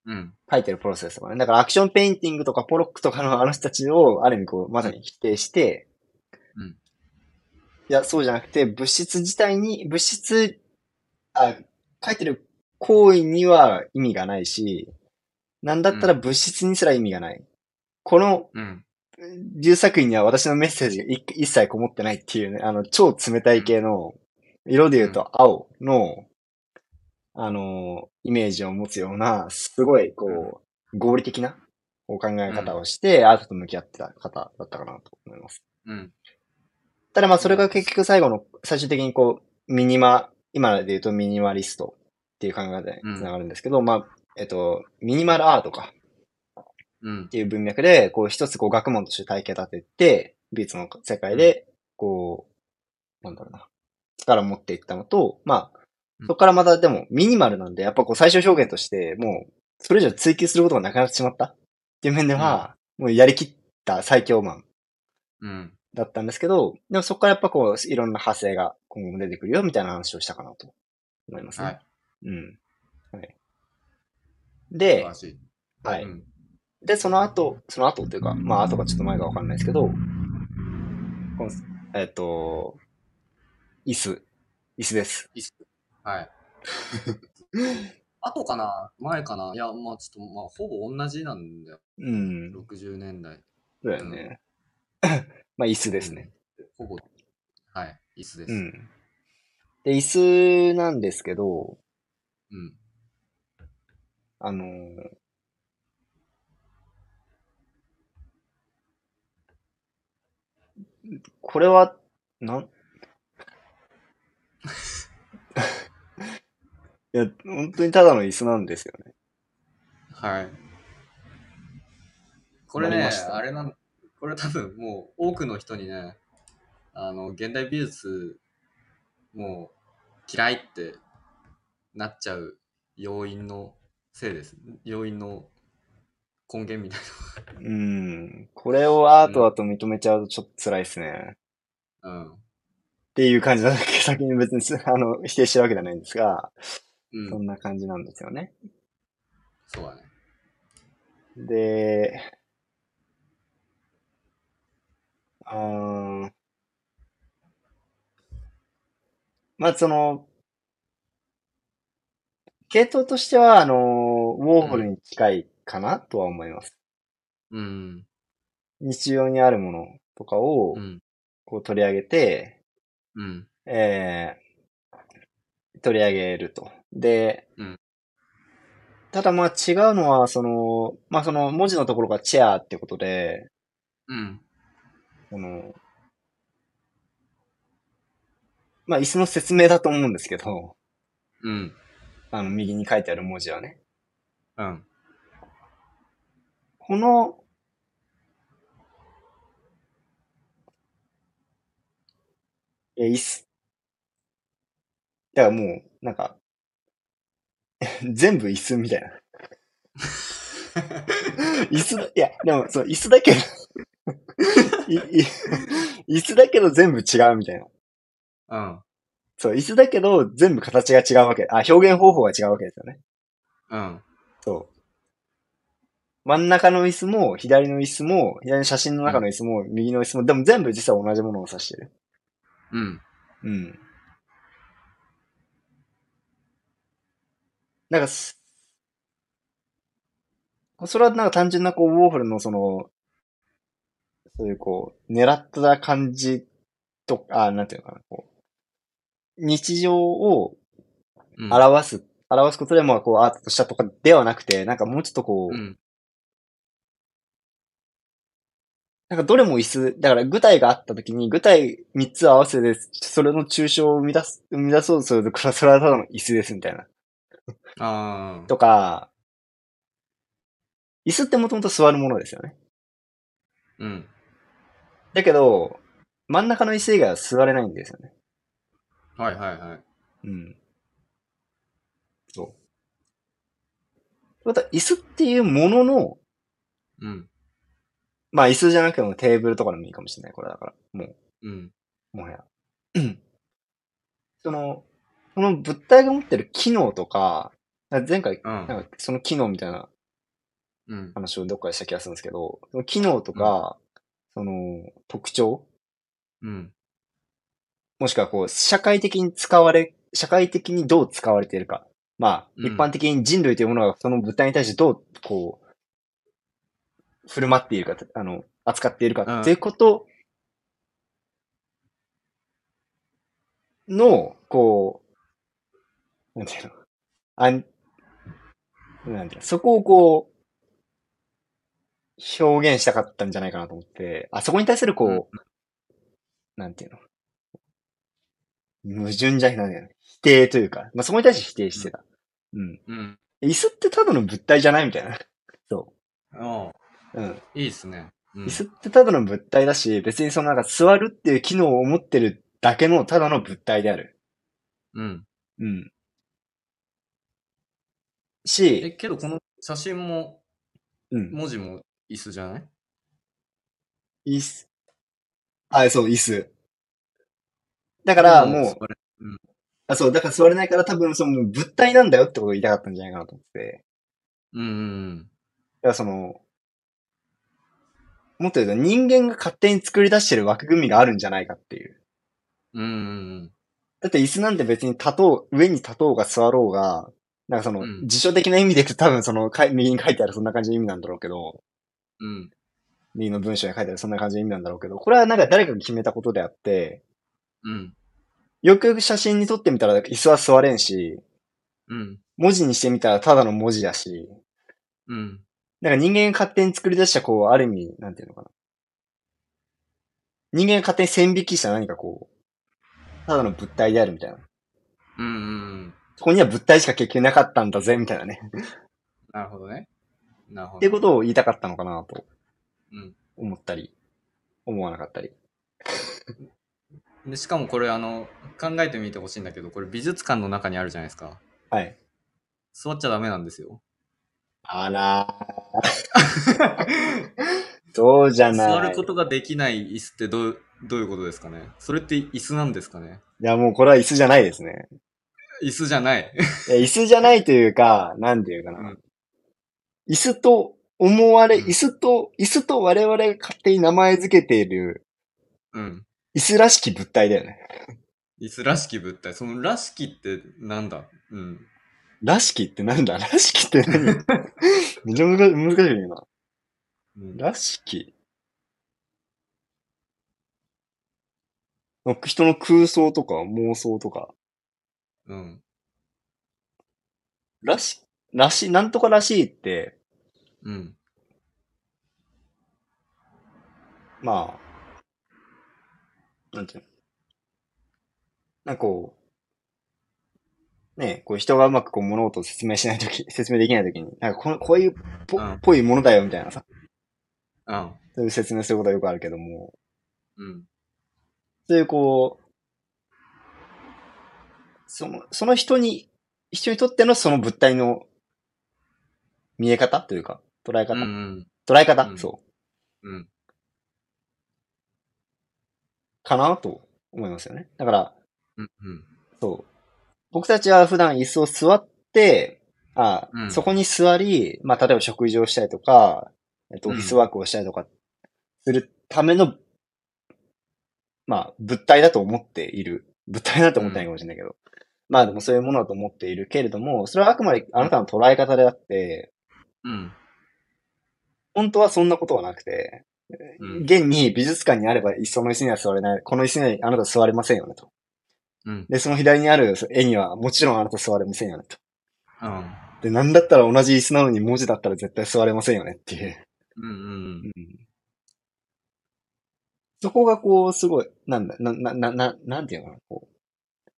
Speaker 2: うん。
Speaker 1: 書いてるプロセスとかね。だからアクションペインティングとかポロックとかのあの人たちをある意味こう、まさに否定して、
Speaker 2: うん
Speaker 1: いや、そうじゃなくて、物質自体に、物質、あ、書いてる行為には意味がないし、なんだったら物質にすら意味がない。この
Speaker 2: うん。
Speaker 1: 流作品には私のメッセージが一一切こもってないっていうね、あの、超冷たい系の、色で言うと青の、あの、イメージを持つような、すごい、こう、合理的なお考え方をして、アートと向き合ってた方だったかなと思います。
Speaker 2: うん。
Speaker 1: ただまあ、それが結局最後の、最終的にこう、ミニマ、今で言うとミニマリストっていう考え方につながるんですけど、まあ、えっと、ミニマルアートか。
Speaker 2: うん
Speaker 1: っ。ていう文脈で、こう一つこう学問として体系立てて、美術の世界で、こう、なんだろうな、力を持っていったのと、まあ
Speaker 2: う、ん
Speaker 1: そこからまたでもミニマルなんで、やっぱこう最終表現として、もう、それ以上追求することがなくなってしまったっていう面では、もうやりきった最強マン
Speaker 2: うん。
Speaker 1: だったんですけど、でもそこからやっぱこう、いろんな派生が今後も出てくるよみたいな話をしたかなと思いますね。
Speaker 2: はい。
Speaker 1: うん。はい。
Speaker 2: 素晴
Speaker 1: で
Speaker 2: ら、しい。
Speaker 1: はい。
Speaker 2: うん。
Speaker 1: で、その後、その後っていうか、まあ後がちょっと前かわかんないですけど、このえっ、と、椅子。椅子です。
Speaker 2: はい。あとかな前かないや、まあちょっと、まあほぼ同じなんだよ。
Speaker 1: うん。
Speaker 2: 60年代。
Speaker 1: そうだよね。まあ椅子ですね。
Speaker 2: ほぼ、はい、椅子です。
Speaker 1: うん。で、椅子なんですけど、
Speaker 2: うん
Speaker 1: あのーこれは、なん いや、本当にただの椅子なんですよね。
Speaker 2: はい。これ
Speaker 1: なり
Speaker 2: ね
Speaker 1: まし、た
Speaker 2: あれなん、これ多分もう多くの人にね、あの、現代美術、もう嫌いってなっちゃう要因のせいです。要因の根源みたい
Speaker 1: うん。これをアートだと認めちゃうとちょっと辛いですね。っ
Speaker 2: な。
Speaker 1: ていう感じなんだけど、先に別にすあの否定してるわけじゃないんですが、
Speaker 2: うん。
Speaker 1: そ
Speaker 2: うん。
Speaker 1: んな感じなんですよね。
Speaker 2: そうだね。
Speaker 1: で、あーまあその、系統としては、あの、ウォーホルに近いかなとは思います。
Speaker 2: うん。
Speaker 1: 日常にあるものとかを
Speaker 2: うん。
Speaker 1: こう取り上げて、
Speaker 2: うん。
Speaker 1: えー取り上げると。で、
Speaker 2: うん
Speaker 1: ただまあ違うのは、その、まあその文字のところがチェアってことで、
Speaker 2: うん。
Speaker 1: あの、まあ、椅子の説明だと思うんですけど、
Speaker 2: うん。
Speaker 1: あの、右に書いてある文字はね。
Speaker 2: うん。
Speaker 1: この、え、椅子。だからもう、なんか、全部椅子みたいな。椅子だ、いや、でも、そう、椅子だけどいい椅子だけど全部違うみたいな。
Speaker 2: うん。
Speaker 1: そう、椅子だけど、全部形が違うわけ。あ、表現方法が違うわけですよね。
Speaker 2: うん。
Speaker 1: そう。真ん中の椅子も、左の椅子も、左の写真の中の椅子も、右の椅子も、でも全部実は同じものを指してる。
Speaker 2: うん。
Speaker 1: うん。なんかす、それはなんか単純なこう、ウォーホルのその、そういうこう、狙った感じとか、あ、なんていうのかな、こう、日常を
Speaker 2: うん。
Speaker 1: 表す、表すことで、まあ、こう、アートとしたとかではなくて、なんかもうちょっとこう、
Speaker 2: うん。
Speaker 1: なんかどれも椅子、だから具体があった時に、具体3つ合わせて、それの抽象を生み出す、生み出そうとすると、これはそれはただの椅子です、みたいな。
Speaker 2: ああ。
Speaker 1: とか、椅子ってもともと座るものですよね。
Speaker 2: うん。
Speaker 1: だけど、真ん中の椅子以外は座れないんですよね。
Speaker 2: はいはいはい。
Speaker 1: うん。そう。また、椅子っていうものの、
Speaker 2: うん。
Speaker 1: まあ椅子じゃなくてもテーブルとかでもいいかもしれない、これだから。もう。
Speaker 2: うん。
Speaker 1: もはや。 その、この物体が持ってる機能とか、前回、
Speaker 2: う
Speaker 1: なん
Speaker 2: ん。
Speaker 1: かその機能みたいな
Speaker 2: うん。
Speaker 1: 話をどっかでした気がするんですけど、その機能とか、その特徴、
Speaker 2: うん。
Speaker 1: もしくはこう、社会的に使われ、社会的にどう使われているか。まあ、
Speaker 2: う
Speaker 1: 一
Speaker 2: ん
Speaker 1: 般的に人類というものがその物体に対してどう、こう、振る舞っているか、あの、扱っている
Speaker 2: うん
Speaker 1: かっていうことの、こう、なんていうの、あん、なんていうの、そこをこう、表現したかったんじゃないかなと思って、あそこに対するこう、
Speaker 2: うん
Speaker 1: なんていうの、矛盾じゃないね。否定というか、まあ、そこに対して否定してた。うん。
Speaker 2: うん。
Speaker 1: 椅子ってただの物体じゃないみたいな。 そ
Speaker 2: おう
Speaker 1: う。うん。
Speaker 2: いいっすね。うん
Speaker 1: 椅子ってただの物体だし、別にそのなんか座るっていう機能を持ってるだけのただの物体である。
Speaker 2: うん。
Speaker 1: うん。
Speaker 2: え、
Speaker 1: し、
Speaker 2: けどこの写真も、
Speaker 1: うん。
Speaker 2: 文字も椅子じゃない
Speaker 1: 椅子。あ、そう、椅子。だからもう、
Speaker 2: それ
Speaker 1: あ、そう、だから座れないから多分その物体なんだよってことを言いたかったんじゃないかなと思って。
Speaker 2: うんうん
Speaker 1: だからその、もっと言うと人間が勝手に作り出してる枠組みがあるんじゃないかっていう。
Speaker 2: うん。うんうん
Speaker 1: だって椅子なんて別に立とう、上に立とうが座ろうが、なんかその、
Speaker 2: うん
Speaker 1: 辞書的な意味で言うと多分その、かい右に書いてあるそんな感じの意味なんだろうけど、
Speaker 2: うん。うん。
Speaker 1: リーの文章に書いてあるそんな感じの意味なんだろうけど、これはなんか誰かが決めたことであって、
Speaker 2: うん。
Speaker 1: よくよく写真に撮ってみたら椅子は座れんし、
Speaker 2: うん。
Speaker 1: 文字にしてみたらただの文字だし、
Speaker 2: うん。
Speaker 1: なんか人間が勝手に作り出したこう、ある意味、なんていうのかな。人間が勝手に線引きした何かこう、ただの物体であるみたいな。
Speaker 2: うんうん。
Speaker 1: そこには物体しか結局なかったんだぜ、みたいなね。
Speaker 2: なるほどね。なるほど。
Speaker 1: っていうことを言いたかったのかなと
Speaker 2: うん
Speaker 1: 思ったり、思わなかったり。
Speaker 2: でしかもこれあの考えてみてほしいんだけどこれ美術館の中にあるじゃないですか
Speaker 1: はい。
Speaker 2: 座っちゃダメなんですよ
Speaker 1: あらー。 そうじゃない。
Speaker 2: 座ることができない椅子ってどうどういうことですかねそれって椅子なんですかね
Speaker 1: いや、もうこれは椅子じゃないですね。
Speaker 2: 椅子じゃない
Speaker 1: いや椅子じゃないというか、なんていうかな。
Speaker 2: うん
Speaker 1: 椅子と思われ、
Speaker 2: うん
Speaker 1: 椅子と、椅子と我々が勝手に名前付けている、
Speaker 2: うん
Speaker 1: 椅子らしき物体だよね。
Speaker 2: 椅子らしき物体そのらしきってなんだうん
Speaker 1: らしきってなんだ らしきって何めちゃむず難しいよな。
Speaker 2: うん
Speaker 1: らしき。なんか人の空想とか妄想とか、
Speaker 2: うん
Speaker 1: らし、らし、なんとからしいって、
Speaker 2: うん
Speaker 1: まあ、なんていうのなんかこう、ねえ、こう人がうまくこう物事を説明しないとき、説明できないときに、なんかこのこういうぽ、
Speaker 2: うん
Speaker 1: ぽいものだよみたいなさ、
Speaker 2: うん
Speaker 1: そういう説明することはよくあるけども、
Speaker 2: うん
Speaker 1: そういうこう、その、その人に、人にとってのその物体の見え方というか、捉え
Speaker 2: う
Speaker 1: 方、
Speaker 2: んうん
Speaker 1: 捉え方、
Speaker 2: うん
Speaker 1: そう、
Speaker 2: うん
Speaker 1: かなと思いますよね。だから、
Speaker 2: うんうん
Speaker 1: そう。僕たちは普段椅子を座って、あ、
Speaker 2: うん
Speaker 1: そこに座り、まあ、例えば食事をしたりとか、えっと、オ
Speaker 2: うん
Speaker 1: フィスワークをしたりとか、するための、まあ、物体だと思っている。物体だと思ってないかもしれないけど。まあ、でもそういうものだと思っているけれども、それはあくまであなたの捉え方であって、
Speaker 2: うん
Speaker 1: 本当はそんなことはなくて、
Speaker 2: うん
Speaker 1: 現に美術館にあれば、その椅子には座れない。この椅子にはあなた座れませんよね、と。
Speaker 2: うん
Speaker 1: で、その左にある絵には、もちろんあなた座れませんよね、と。
Speaker 2: うん
Speaker 1: で、なんだったら同じ椅子なのに文字だったら絶対座れませんよねっていう。
Speaker 2: うんうん
Speaker 1: そこがこう、すごい、なんだ、な、な、な、ななんていうのかな、こう。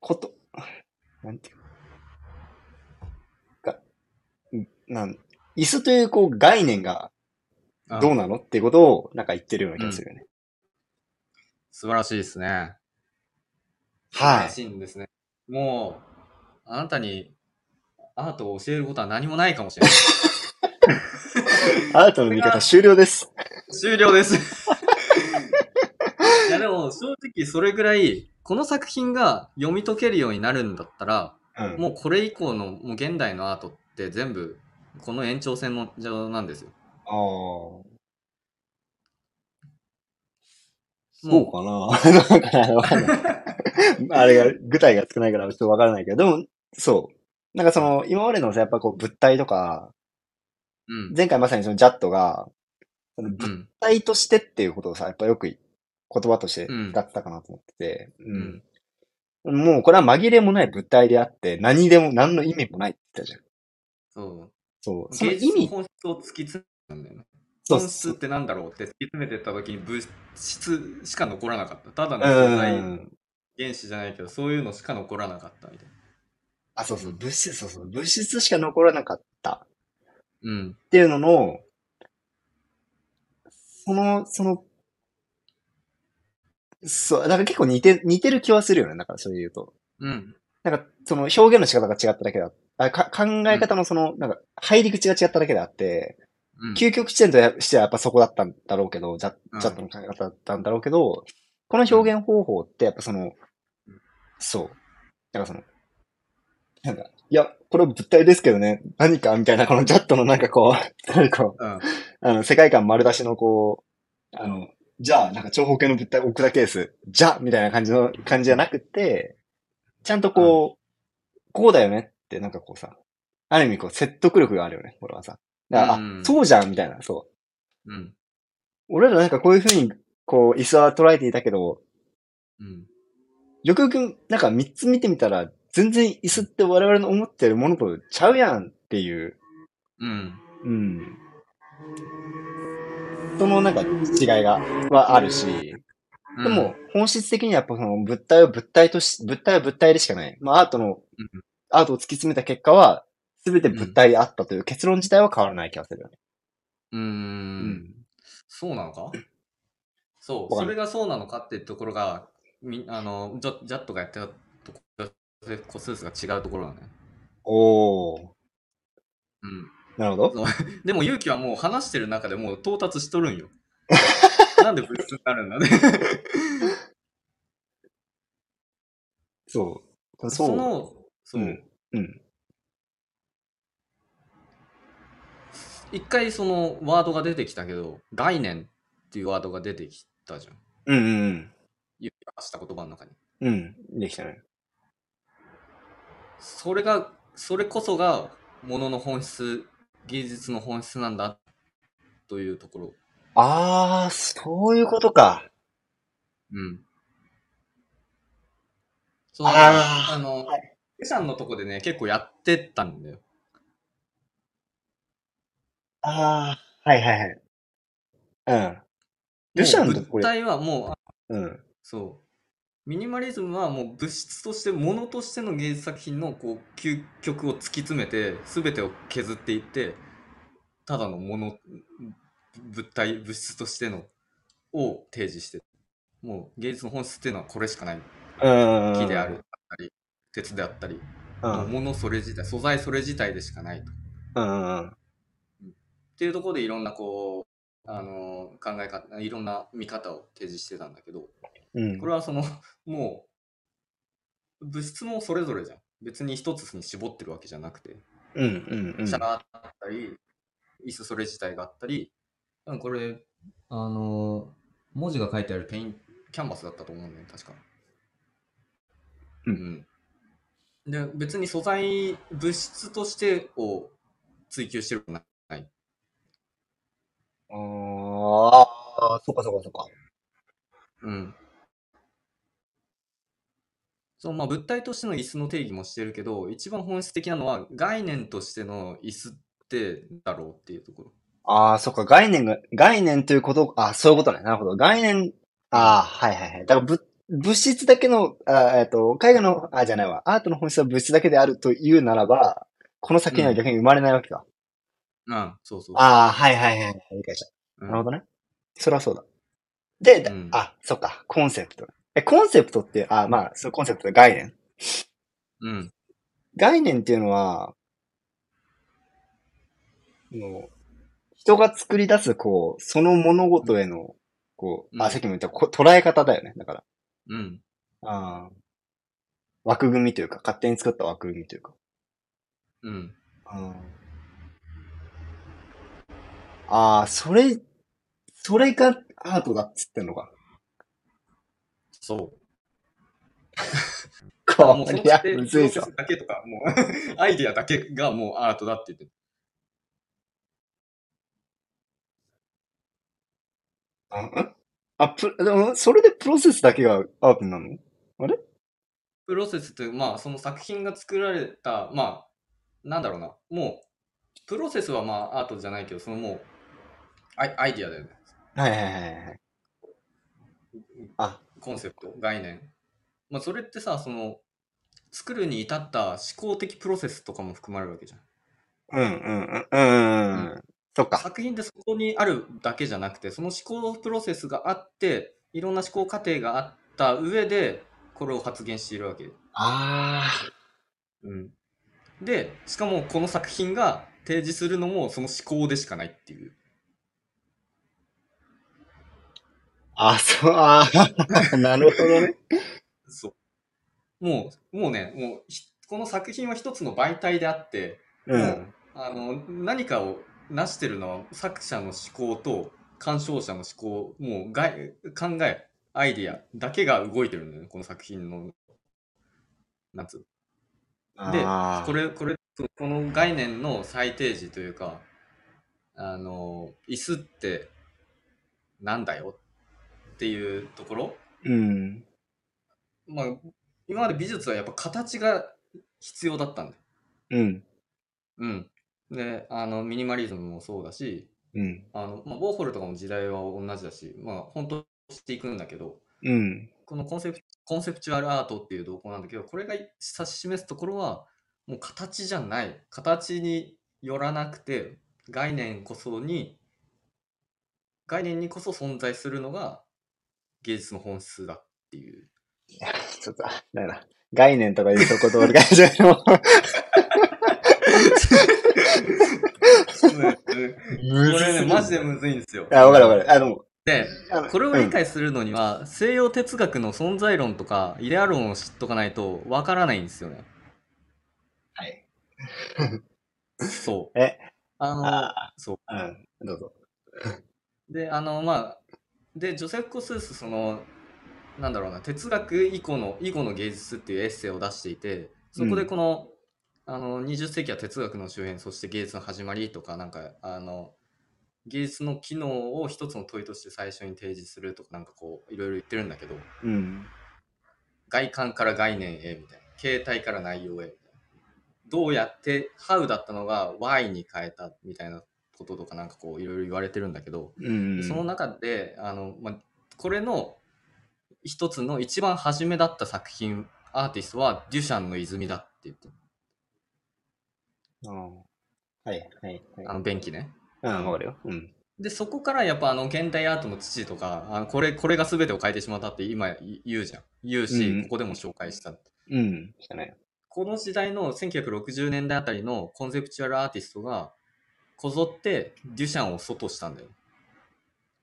Speaker 1: こと、なんていうのが、んなん、椅子というこう概念が
Speaker 2: あ
Speaker 1: どうなのっていうことをなんか言ってるような気がするよね。
Speaker 2: 素晴らしいですね
Speaker 1: は
Speaker 2: ら
Speaker 1: い。
Speaker 2: しいんですね。もう、あなたにアートを教えることは何もないかもしれない。
Speaker 1: あなたの見方終了です。
Speaker 2: 終了です。いや、でも正直それぐらい、この作品が読み解けるようになるんだったら、
Speaker 1: うん。
Speaker 2: もうこれ以降のもう現代のアートって全部、この延長線の上なんですよ。
Speaker 1: ああ。そ
Speaker 2: も
Speaker 1: うかな。なんかねわかんない。あれが、具体が少ないからちょっとわからないけど、でも、そう。なんかその、今までのさ、やっぱこう物体とか、
Speaker 2: うん。
Speaker 1: 前回まさにそのジャットが、その
Speaker 2: う
Speaker 1: 物
Speaker 2: ん。
Speaker 1: 体としてっていうことをさ、やっぱよく言葉として
Speaker 2: うん
Speaker 1: 使ってたかなと思ってて、
Speaker 2: う
Speaker 1: うん
Speaker 2: ん。
Speaker 1: もうこれは紛れもない物体であって、何でも、何の意味もないって言ったじゃん。
Speaker 2: そう。
Speaker 1: そう。その
Speaker 2: 芸
Speaker 1: 意
Speaker 2: 術の
Speaker 1: 味、
Speaker 2: 本質を突き詰めたんだよね。
Speaker 1: そう
Speaker 2: 本
Speaker 1: そ
Speaker 2: 質っ
Speaker 1: う。
Speaker 2: てなんだろうって突き詰めてった時に物質しか残らなかった。ただの
Speaker 1: う
Speaker 2: 素材。
Speaker 1: ん。
Speaker 2: 原子じゃないけどそういうのしか残らなかったみたいな。
Speaker 1: あ、そうそう。物質、そうそう。物質しか残らなかった。
Speaker 2: うん。
Speaker 1: っていうのの、その、その、そう、なんか結構似て、似てる気はするよね。だからそれで言うと。
Speaker 2: うん。
Speaker 1: なんか、その表現の仕方が違っただけだ。あか考え方のその、なんか、入り口が違っただけであって、
Speaker 2: うん。
Speaker 1: 究極地点としてはやっぱそこだったんだろうけど、ジャ
Speaker 2: うん
Speaker 1: ジャットの考え方だったんだろうけど、この表現方法ってやっぱその
Speaker 2: うん、
Speaker 1: そう。なんかその、なんか、いや、これ物体ですけどね、何かみたいな、このジャットのなんかこう、 なんかこう、
Speaker 2: うん。
Speaker 1: あの、世界観丸出しのこう、あの、じゃあ、なんか長方形の物体置くだけです。じゃあみたいな感じの感じじゃなくて、ちゃんとこう、こうだよねって、なんかこうさ、ある意味こう説得力があるよね、これはさ。だから、
Speaker 2: うん
Speaker 1: あ、そうじゃんみたいな、そう。
Speaker 2: うん。
Speaker 1: 俺らなんかこういう風に、こう、椅子は捉えていたけど、
Speaker 2: うん。
Speaker 1: よくよく、なんか3つ見てみたら、全然椅子って我々の思ってるものとちゃうやんっていう、
Speaker 2: うん。
Speaker 1: うん。そのなんか違いが、はあるし、
Speaker 2: うん
Speaker 1: でも、本質的にはやっぱその物体を物体とし、物体は物体でしかない。まあアートの
Speaker 2: うん、
Speaker 1: アートを突き詰めた結果は、すべて物体であったという結論自体は変わらない気がするよね。
Speaker 2: うーん。そうな のかそう、
Speaker 1: わかんない
Speaker 2: それがそうなのかっていうところが、みあのジャジャットがやってたとこ個数が違うところだね。
Speaker 1: おー。
Speaker 2: うん。
Speaker 1: なるほど。
Speaker 2: でも勇気はもう話してる中でもう到達し とるんよ。なんで物質になるんだね。
Speaker 1: そう。
Speaker 2: そ
Speaker 1: そう。
Speaker 2: の、そう。
Speaker 1: うんうん
Speaker 2: 一回そのワードが出てきたけど、概念っていうワードが出てきたじゃん。
Speaker 1: うんうん
Speaker 2: 勇気が発した言葉の中に。
Speaker 1: うん。うん。できたね。
Speaker 2: それが、それこそが、ものの本質、芸術の本質なんだ、というところ。
Speaker 1: あー、そういうことか。
Speaker 2: うん。その
Speaker 1: あー
Speaker 2: あの、
Speaker 1: は
Speaker 2: ペさんのとこでね、結構やってったんだよ。
Speaker 1: あー、はいはいはい。うん。ルシャンのとこ
Speaker 2: もう物
Speaker 1: で
Speaker 2: 体はもう、あ
Speaker 1: うん。
Speaker 2: そう。ミニマリズムはもう物質として、ものとしての芸術作品のこう究極を突き詰めて、すべてを削っていって、ただのもの、物体、物質としてのを提示して、もう芸術の本質っていうのはこれしかない。
Speaker 1: うん。
Speaker 2: 木である、だったり、鉄であったり、
Speaker 1: う。
Speaker 2: もうんものそれ自体、素材それ自体でしかないと。
Speaker 1: うん。うん。
Speaker 2: っていうところでいろんなこう、あの考え方、いろんな見方を提示してたんだけど、
Speaker 1: うん
Speaker 2: こ。れはその、 もう、物質もそれぞれじゃん。別に一つに絞ってるわけじゃなくて、
Speaker 1: うん。うん。うん
Speaker 2: 車があったり、椅子それ自体があったり、うんこれ、あの文字が書いてあるペイン、キャンバスだったと思うんだよね、確か。
Speaker 1: うん
Speaker 2: ん。で、別に素材、物質としてを追求してるのない。
Speaker 1: ああ、そっかそっかそっか。
Speaker 2: うん。そう、まあ物体としての椅子の定義もしてるけど、一番本質的なのは概念としての椅子ってだろうっていうところ。
Speaker 1: ああ、そっか、概念が、概念ということ、あそういうことね。なるほど。概念、ああ、はいはいはい。だから、ぶ、物質だけの、あえっと、絵画の、あじゃないわ、アートの本質は物質だけであるというならば、この作品は逆に生まれないわけか。
Speaker 2: うん、そうそう。
Speaker 1: ああ、はいはいはい。理解した。
Speaker 2: うん、
Speaker 1: なるほどね。それはそうだ。で、だ
Speaker 2: うん
Speaker 1: あ、そっか、コンセプト。え、コンセプトって、あまあ、そのコンセプトで概念。
Speaker 2: うん。
Speaker 1: 概念っていうのは、もう、人が作り出す、こう、その物事への、こう、
Speaker 2: う
Speaker 1: あ、
Speaker 2: ん
Speaker 1: さっきも言った、こ捉え方だよね。だから、
Speaker 2: うん。
Speaker 1: あー枠組みというか、勝手に作った枠組みというか。
Speaker 2: うん。
Speaker 1: ああー、それ、それがアートだっつってんのか。
Speaker 2: そう。あ
Speaker 1: こ
Speaker 2: もうその
Speaker 1: りゃ、
Speaker 2: プロ
Speaker 1: むずい
Speaker 2: セ
Speaker 1: ぞ。
Speaker 2: スだけとか、もう アイディアだけがもうアートだって言ってる。
Speaker 1: あ、あプでもそれでプロセスだけがアートなの
Speaker 2: プロセスという、まあその作品が作られた、まあ、なんだろうな、もう、プロセスはまあアートじゃないけど、そのもう、アイアイディアだよね。
Speaker 1: はいはいはいはい。あ、
Speaker 2: コンセプト概念、まあ、それってさその作るに至った思考的プロセスとかも含まれるわけじゃん
Speaker 1: うんうんうんうんうん。うん、そっか。
Speaker 2: 作品ってそこにあるだけじゃなくてその思考プロセスがあっていろんな思考過程があった上でこれを発言しているわけ、
Speaker 1: あ
Speaker 2: うん、でしかもこの作品が提示するのもその思考でしかないっていう
Speaker 1: あ。あ、そう、あ あ、なるほどね。
Speaker 2: そうもうもうねもうひこの作品は一つの媒体であって
Speaker 1: うん。
Speaker 2: あの何かを成してるのは作者の思考と鑑賞者の思考もうが考えアイディアだけが動いてるんだよねこの作品のなんつうで
Speaker 1: あー
Speaker 2: これこれこの概念の再提示というかあの椅子ってなんだよっていうところ、
Speaker 1: うん。
Speaker 2: まあ、今まで美術はやっぱ形が必要だったんだよ。
Speaker 1: うん。
Speaker 2: うん。で、あの、ミニマリズムもそうだし、
Speaker 1: うん。
Speaker 2: あの、まあ、ウォーホルとかも時代は同じだし、まあ、本当していくんだけど、
Speaker 1: うん。
Speaker 2: このコンセプトコンセプチュアルアートっていう動向なんだけど、これが指し示すところは、もう形じゃない。形によらなくて、概念こそに、概念にこそ存在するのが芸術の本 質だっていう。
Speaker 1: ちょっと、あだよな。概念とかいうとこと俺が始めるも
Speaker 2: こ
Speaker 1: む
Speaker 2: れね、マジでむずいんですよ。
Speaker 1: あ、わかるわかる。あ、でも、
Speaker 2: で、
Speaker 1: あの
Speaker 2: これを理解するのには、西洋哲学の存在論とか、イデア論を知っとかないとわからないんですよね。
Speaker 1: はい。
Speaker 2: そう。
Speaker 1: え
Speaker 2: あの、
Speaker 1: あ
Speaker 2: そう。
Speaker 1: うん。どうぞ。
Speaker 2: であのまあでジョセフ・コスースそのなんだろうな哲学以降の「以後の芸術」っていうエッセイを出していてそこでこの,、あの20世紀は哲学の周辺そして芸術の始まりとかなんかあの芸術の機能を一つの問いとして最初に提示するとかなんかこういろいろ言ってるんだけど
Speaker 1: うん。
Speaker 2: 外観から概念へみたいな形態から内容へみたいなどうやって「How」だったのが「Why」に変えたみたいなこととかなんかこういろいろ言われてるんだけど、
Speaker 1: うん。
Speaker 2: その中であの、まあ、これの一つの一番初めだった作品アーティストはデュシャンの泉だって言って
Speaker 1: うんはい、はい、
Speaker 2: あ
Speaker 1: はい。
Speaker 2: の便器ね
Speaker 1: うん、わかるよ。うん。
Speaker 2: でそこからやっぱあの現代アートの父とかあのこれこれが全てを変えてしまったって今い言うじゃん言うし、
Speaker 1: うん
Speaker 2: ここでも紹介したって
Speaker 1: うん。したね。
Speaker 2: この時代の1960年代あたりのコンセプチュアルアーティストがこぞってデュシャンを外したんだよ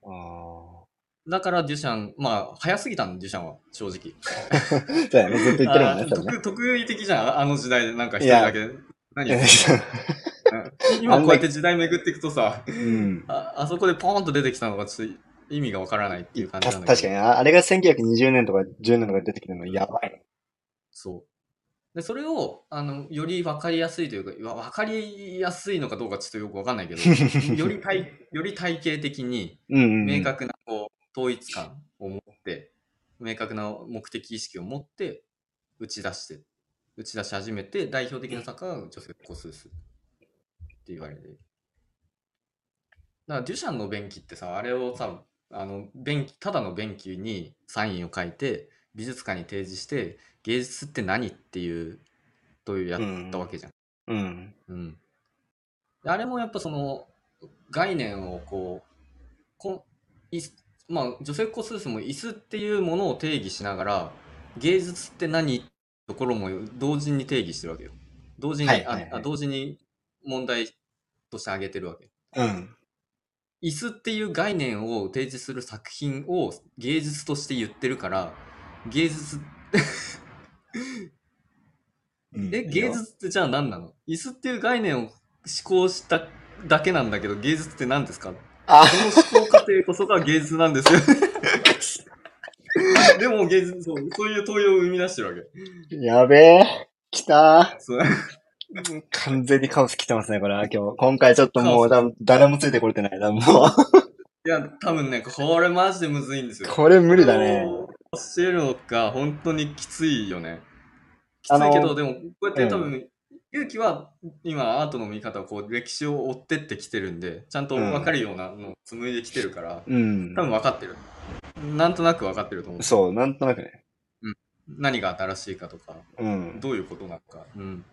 Speaker 1: ああ。
Speaker 2: だからデュシャンまあ早すぎたんデュシャンは正直
Speaker 1: そうだよね。ずっと言ってるもん
Speaker 2: あ
Speaker 1: ね、
Speaker 2: ー
Speaker 1: 多分ね。
Speaker 2: 特特有的じゃん、あの時代で、なんか一人だけ。 何やってんのうん今こうやって時代巡っていくとさ、
Speaker 1: うん。
Speaker 2: ああそこでポーンと出てきたのがちょっと意味がわからないっていう感じ
Speaker 1: た
Speaker 2: なん
Speaker 1: 確
Speaker 2: だ
Speaker 1: か
Speaker 2: けど。
Speaker 1: に、ああれが1920年とか10年とか出てきてるのやばいね。
Speaker 2: そう。で、それを、あの、よりわかりやすいというか、わわかりやすいのかどうかちょっとよくわかんないけど、 より体、より体系的に
Speaker 1: うんうんうん。
Speaker 2: 明確なこう統一感を持って、明確な目的意識を持って打ち出して打ち出し始めて代表的な作家がジョセフ・コスースって言われているだからデュシャンの便器ってさあれをさあの便器ただの便器にサインを書いて美術館に提示して芸術って何っていうというやったわけじゃん
Speaker 1: うん。
Speaker 2: うん、であれもやっぱその概念をこうこんいまあジョセフ・コスースも椅子っていうものを定義しながら芸術って何ところも同時に定義してるわけよ同時に、
Speaker 1: はいはいはい
Speaker 2: ああ同時に問題として挙げてるわけ
Speaker 1: うん。
Speaker 2: 椅子っていう概念を提示する作品を芸術として言ってるから芸術
Speaker 1: うん
Speaker 2: え芸術ってじゃあ何なの椅子っていう概念を思考しただけなんだけど芸術って何ですか
Speaker 1: あ
Speaker 2: その思考過程こそが芸術なんですよ。 でも芸術そう、そういう問いを生み出してるわけ。
Speaker 1: やべえ。来た
Speaker 2: そう
Speaker 1: ー。完全にカオス来てますね、これは今日。今回ちょっともう、
Speaker 2: カ
Speaker 1: だ誰もついてこれてない。だもう、
Speaker 2: いや、多分ね、これマジでむずいんですよ。
Speaker 1: これ無理だね。
Speaker 2: 教えるのが本当にきついよね。きついけ
Speaker 1: あ
Speaker 2: ど、
Speaker 1: の
Speaker 2: でも、こうやって多
Speaker 1: う
Speaker 2: 分、勇気は今アートの見方をこう歴史を追ってってきてるんで、ちゃんと分かるようなのを紡いできてるから、
Speaker 1: うん
Speaker 2: 多。分分かってる。なんとなく分かってると思う。
Speaker 1: そう、なんとなくね。
Speaker 2: 何が新しいかとか。
Speaker 1: うん。
Speaker 2: どういうことなのか。うん。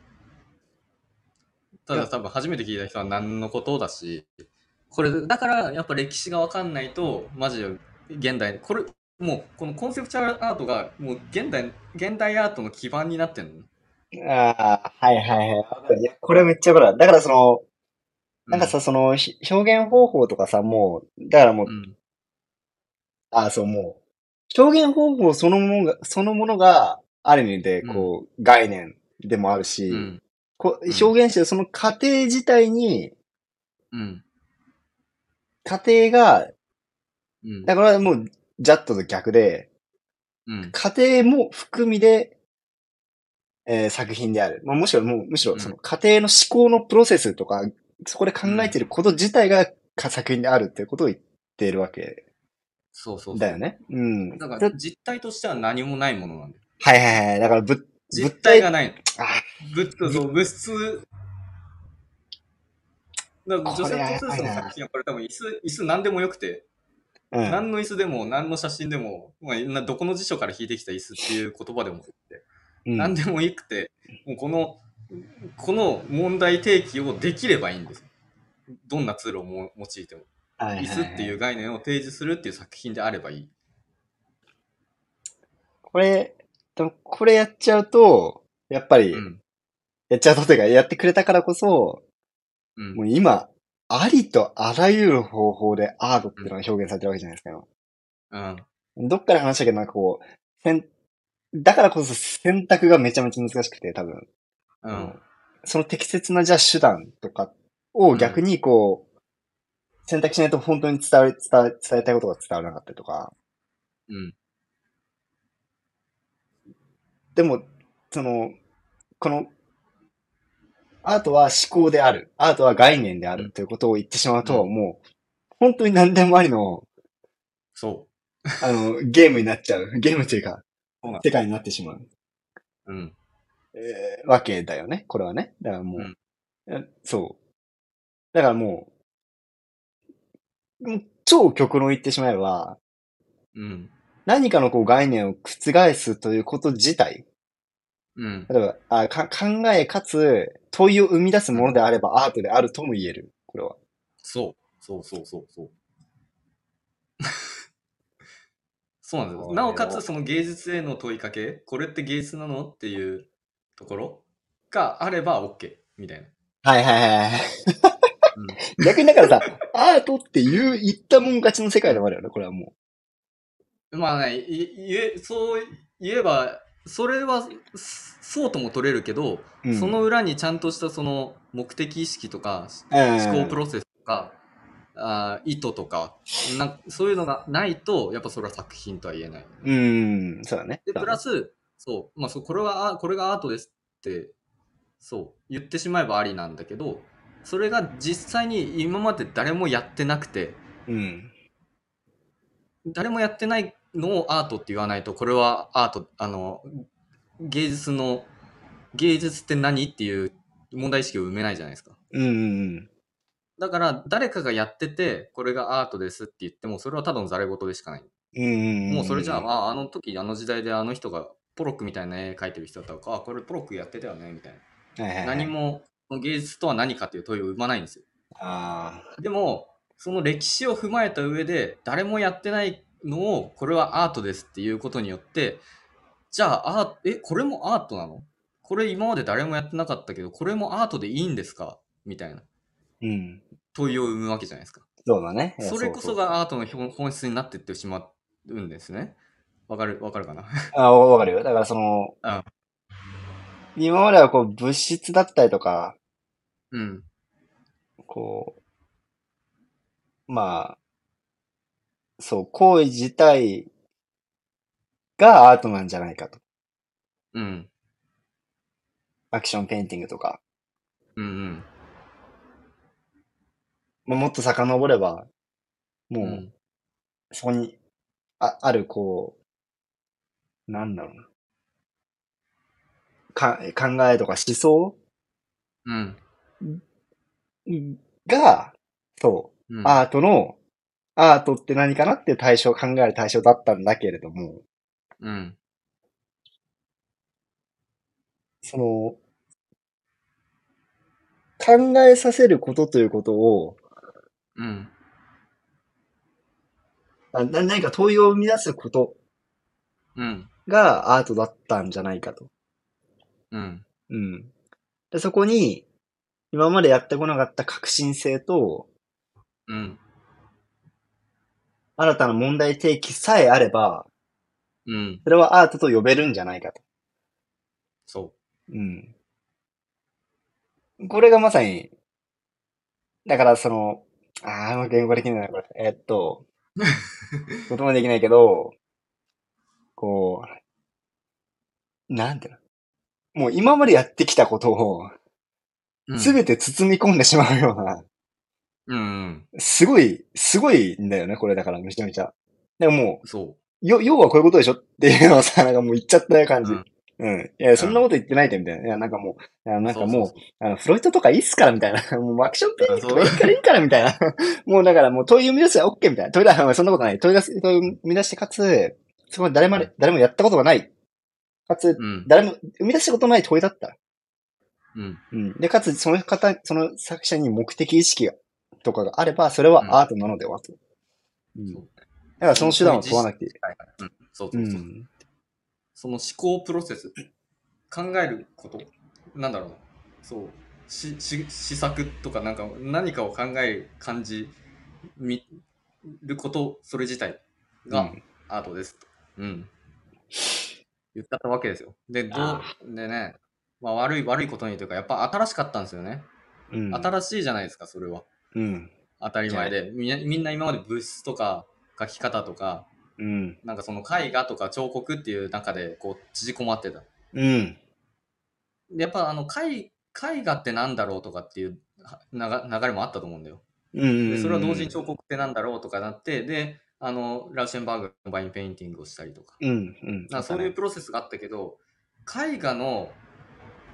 Speaker 2: ただ多分初めて聞いた人は何のことだし、これ、だからやっぱ歴史がわかんないと、マジで現代、これ、もうこのコンセプチュアルアートがもう現代、現代アートの基盤になってんの。
Speaker 1: ああ、はいはいはいわかる。いや、これめっちゃわかる。だからその、なんかさ、その、ひ表現方法とかさ、もう、だからもう
Speaker 2: う、ん、
Speaker 1: ああ、そう、もう、表現方法そのものが、そのものが、ある意味で、こう、概念でもあるし、
Speaker 2: うん、
Speaker 1: こう
Speaker 2: うん
Speaker 1: 表現してるその過程自体に、
Speaker 2: うん、
Speaker 1: 過程が、
Speaker 2: うん、
Speaker 1: だからもう、ジャットと逆で、
Speaker 2: うん、
Speaker 1: 過程も含みで、えー作品である。まあ、むしろ、もう、むし
Speaker 2: う
Speaker 1: ろ、
Speaker 2: ん
Speaker 1: その、過程の思考のプロセスとか、そこで考えてること自体が、か作品であるっていうことを言ってるわけ
Speaker 2: そうそうそう。
Speaker 1: だよね。うん。
Speaker 2: だ
Speaker 1: だ
Speaker 2: か
Speaker 1: はい
Speaker 2: ら実体としては何もないものなんだよ。
Speaker 1: はいはい。だから物、
Speaker 2: 実体が
Speaker 1: 物
Speaker 2: ないの。
Speaker 1: あ
Speaker 2: 物そう物質。だから
Speaker 1: こ
Speaker 2: 女
Speaker 1: れは
Speaker 2: 性
Speaker 1: や
Speaker 2: と
Speaker 1: ばい
Speaker 2: 通ス
Speaker 1: な
Speaker 2: の作品はこれ多分椅子、椅子何でもよくて、
Speaker 1: うん。
Speaker 2: 何の椅子でも何の写真でも、まあ、などこの辞書から引いてきた椅子っていう言葉でもよくて、
Speaker 1: うん
Speaker 2: 何でもいいくて、もうこの、この問題提起をできればいいんですよ。どんなツールをも用いても。
Speaker 1: はいはいはい
Speaker 2: 椅子っていう概念を提示するっていう作品であればいい。
Speaker 1: これ、でもこれやっちゃうと、やっぱり
Speaker 2: う、ん。
Speaker 1: やっちゃうとというか、やってくれたからこそ、
Speaker 2: うん
Speaker 1: も。う今、ありとあらゆる方法でアートっていうのが表現されてるわけじゃないですか。今
Speaker 2: うん。
Speaker 1: どっから話したけど、なんかこう、せんだからこそ選択がめちゃめちゃ難しくて、多分。
Speaker 2: うん。
Speaker 1: その適切なじゃあ手段とかを逆にこう、選択しないと本当に伝わり、伝わ伝えたいことが伝わらなかったりとか。
Speaker 2: うん。
Speaker 1: でも、その、この、アートは思考である。アートは概念であ
Speaker 2: う
Speaker 1: る
Speaker 2: ん
Speaker 1: ということを言ってしまうと、
Speaker 2: う
Speaker 1: もう、本当に何でもありの、
Speaker 2: そ
Speaker 1: あの、ゲームになっちゃう。ゲームというか
Speaker 2: そうなん、
Speaker 1: 世界になってしまう、
Speaker 2: う。うん。
Speaker 1: えーわけだよね。これはね。だからもう、えそう。だからもう、もう超極論言ってしまえば、
Speaker 2: うん。
Speaker 1: 何かのこう概念を覆すということ自体、
Speaker 2: うん。
Speaker 1: 例えばあか考えかつ問いを生み出すものであればアートであるとも言える。これは。
Speaker 2: そう。そうそうそうそう。 そうなんです
Speaker 1: こ
Speaker 2: よ。
Speaker 1: れ
Speaker 2: なおか
Speaker 1: を
Speaker 2: つ、その芸術への問いかけ、これって芸術なのっていうところがあれば OK みたいな。
Speaker 1: はいはいはいはい。
Speaker 2: うん、
Speaker 1: 逆にだからさ、アートっていう、言ったもん勝ちの世界でもあるよね、これはも
Speaker 2: まあね、い言えそう言えば、それはそそうとも取れるけど、
Speaker 1: う。うん
Speaker 2: その、裏にちゃんとしたその目的意識とか
Speaker 1: 思
Speaker 2: 思考プロセスとか、あー意図とかな、そういうのがないと、やっぱそれは作品とは言えない。
Speaker 1: うん、そうだね。
Speaker 2: で、プラス、そう、まあそう、これは、あこれがアートですって、そう、言ってしまえばありなんだけど、それが実際に今まで誰もやってなくて、
Speaker 1: うん。
Speaker 2: 誰もやってないのをアートって言わないと、これはアート、あの、芸術の、芸術って何っていう問題意識を埋めないじゃないですか。
Speaker 1: うんうん
Speaker 2: だから、誰かがやってて、これがアートですって言っても、それはただのざれ事でしかない。
Speaker 1: うん。うん。
Speaker 2: もうそれじゃあ、ま
Speaker 1: あ、
Speaker 2: あ、あの時、あの時代であの人がポロックみたいな絵描いてる人だったから、あ、これポロックやってたよね、みたい
Speaker 1: はいはいは
Speaker 2: な。
Speaker 1: い
Speaker 2: 何。も、芸術とは何かっていう問いを生まないんですよ。
Speaker 1: ああ。
Speaker 2: でも、その歴史を踏まえた上で、誰もやってないのを、これはアートですっていうことによって、じゃあ、アーえ、これもアートなのこれ今まで誰もやってなかったけど、これもアートでいいんですかみたいな
Speaker 1: うん。
Speaker 2: 問いを生むわけじゃないですか。
Speaker 1: そうだね。いや
Speaker 2: それこそ。がアートの本本質になってってしまうんですね。わかる、わかるかな
Speaker 1: うそ うああ、わかるよ。だからその、
Speaker 2: うん
Speaker 1: 今まではこう、物質だったりとか、
Speaker 2: うん。
Speaker 1: こう、まあ、そう、行為自体がアートなんじゃないかと。
Speaker 2: うん。
Speaker 1: アクションペインティングとか。
Speaker 2: うんうん。
Speaker 1: まあ、もっと遡れば、
Speaker 2: う
Speaker 1: もう、
Speaker 2: ん。
Speaker 1: そこに、あ、ある、こう、なんだろうな。か、考えとか思想
Speaker 2: うん。
Speaker 1: が、そう、
Speaker 2: うん、
Speaker 1: アートの、アートって何かなっていう対象、考える対象だったんだけれども、
Speaker 2: うん。
Speaker 1: その、考えさせることということを、
Speaker 2: うん。
Speaker 1: あな何か問いを生み出すこと
Speaker 2: うん。
Speaker 1: がアートだったんじゃないかと。
Speaker 2: うん。
Speaker 1: うん。で、そこに、今までやってこなかった革新性と、
Speaker 2: うん。
Speaker 1: 新たな問題提起さえあれば、
Speaker 2: うん。
Speaker 1: それはアートと呼べるんじゃないかと。
Speaker 2: そ
Speaker 1: うん。これがまさに、だからその、ああ、うまく言語できないな、これ。えーっと、言葉にできないけど、こう、なんていうのもう今までやってきたことを、
Speaker 2: う。
Speaker 1: すべて包み込んでしまうような、
Speaker 2: うん。うん。
Speaker 1: すごい、すごいんだよね、これだからめちゃめちゃ。なんかも、
Speaker 2: そう
Speaker 1: よ、要はこういうことでしょっていうのをさ、なん かもう言っちゃった感じ。
Speaker 2: うん
Speaker 1: うん。いや、そんなこと言ってないで、みたいな。いや、なんかもう、いやなんかもう、あの、フロイトとかいいっすから、みたいな。 もう、アクションペイントとかいいから、いいから、みたいな。 もう、だからもう、問い生み出すは OK みたいな。問い出す、そんなことない。問い出す、問い生み出して、かつ、そこまで誰まで、誰もやったことがない。かつ、
Speaker 2: うんうん
Speaker 1: 誰も生み出したことのない問いだった。
Speaker 2: うん
Speaker 1: うん。で、かつ、その方、その作者に目的意識が、とかがあれば、それはアートなのではと。うん。だ
Speaker 2: そう
Speaker 1: から、その手段を問わなくていい。
Speaker 2: はいはいうんそう
Speaker 1: う
Speaker 2: そうそう、
Speaker 1: ん。
Speaker 2: その思考プロセス考えることなんだろうなそうしし試作とかなんか何かを考える感じ見ることそれ自体が、
Speaker 1: うん
Speaker 2: アートですと。うん。言っちゃったわけですよ。で、ど
Speaker 1: あ
Speaker 2: う、でね、まあ悪い、悪いことにというか、やっぱ新しかったんですよね。
Speaker 1: うん。
Speaker 2: 新しいじゃないですか、それは。
Speaker 1: うん。
Speaker 2: 当たり前で。みんなみんな今まで物質とか書き方とか、
Speaker 1: うん。
Speaker 2: なんかその絵画とか彫刻っていう中でこう縮こまってた。
Speaker 1: うん。
Speaker 2: でやっぱあの絵絵画ってなんだろうとかっていうは流流れもあったと思うんだよ。
Speaker 1: うん。
Speaker 2: でそれは同時に彫刻ってなんだろうとかなって、で、あの、ラウシェンバーグのバインペインティングをしたりとか。
Speaker 1: うん。うん。
Speaker 2: なんかそういうプロセスがあったけど絵画の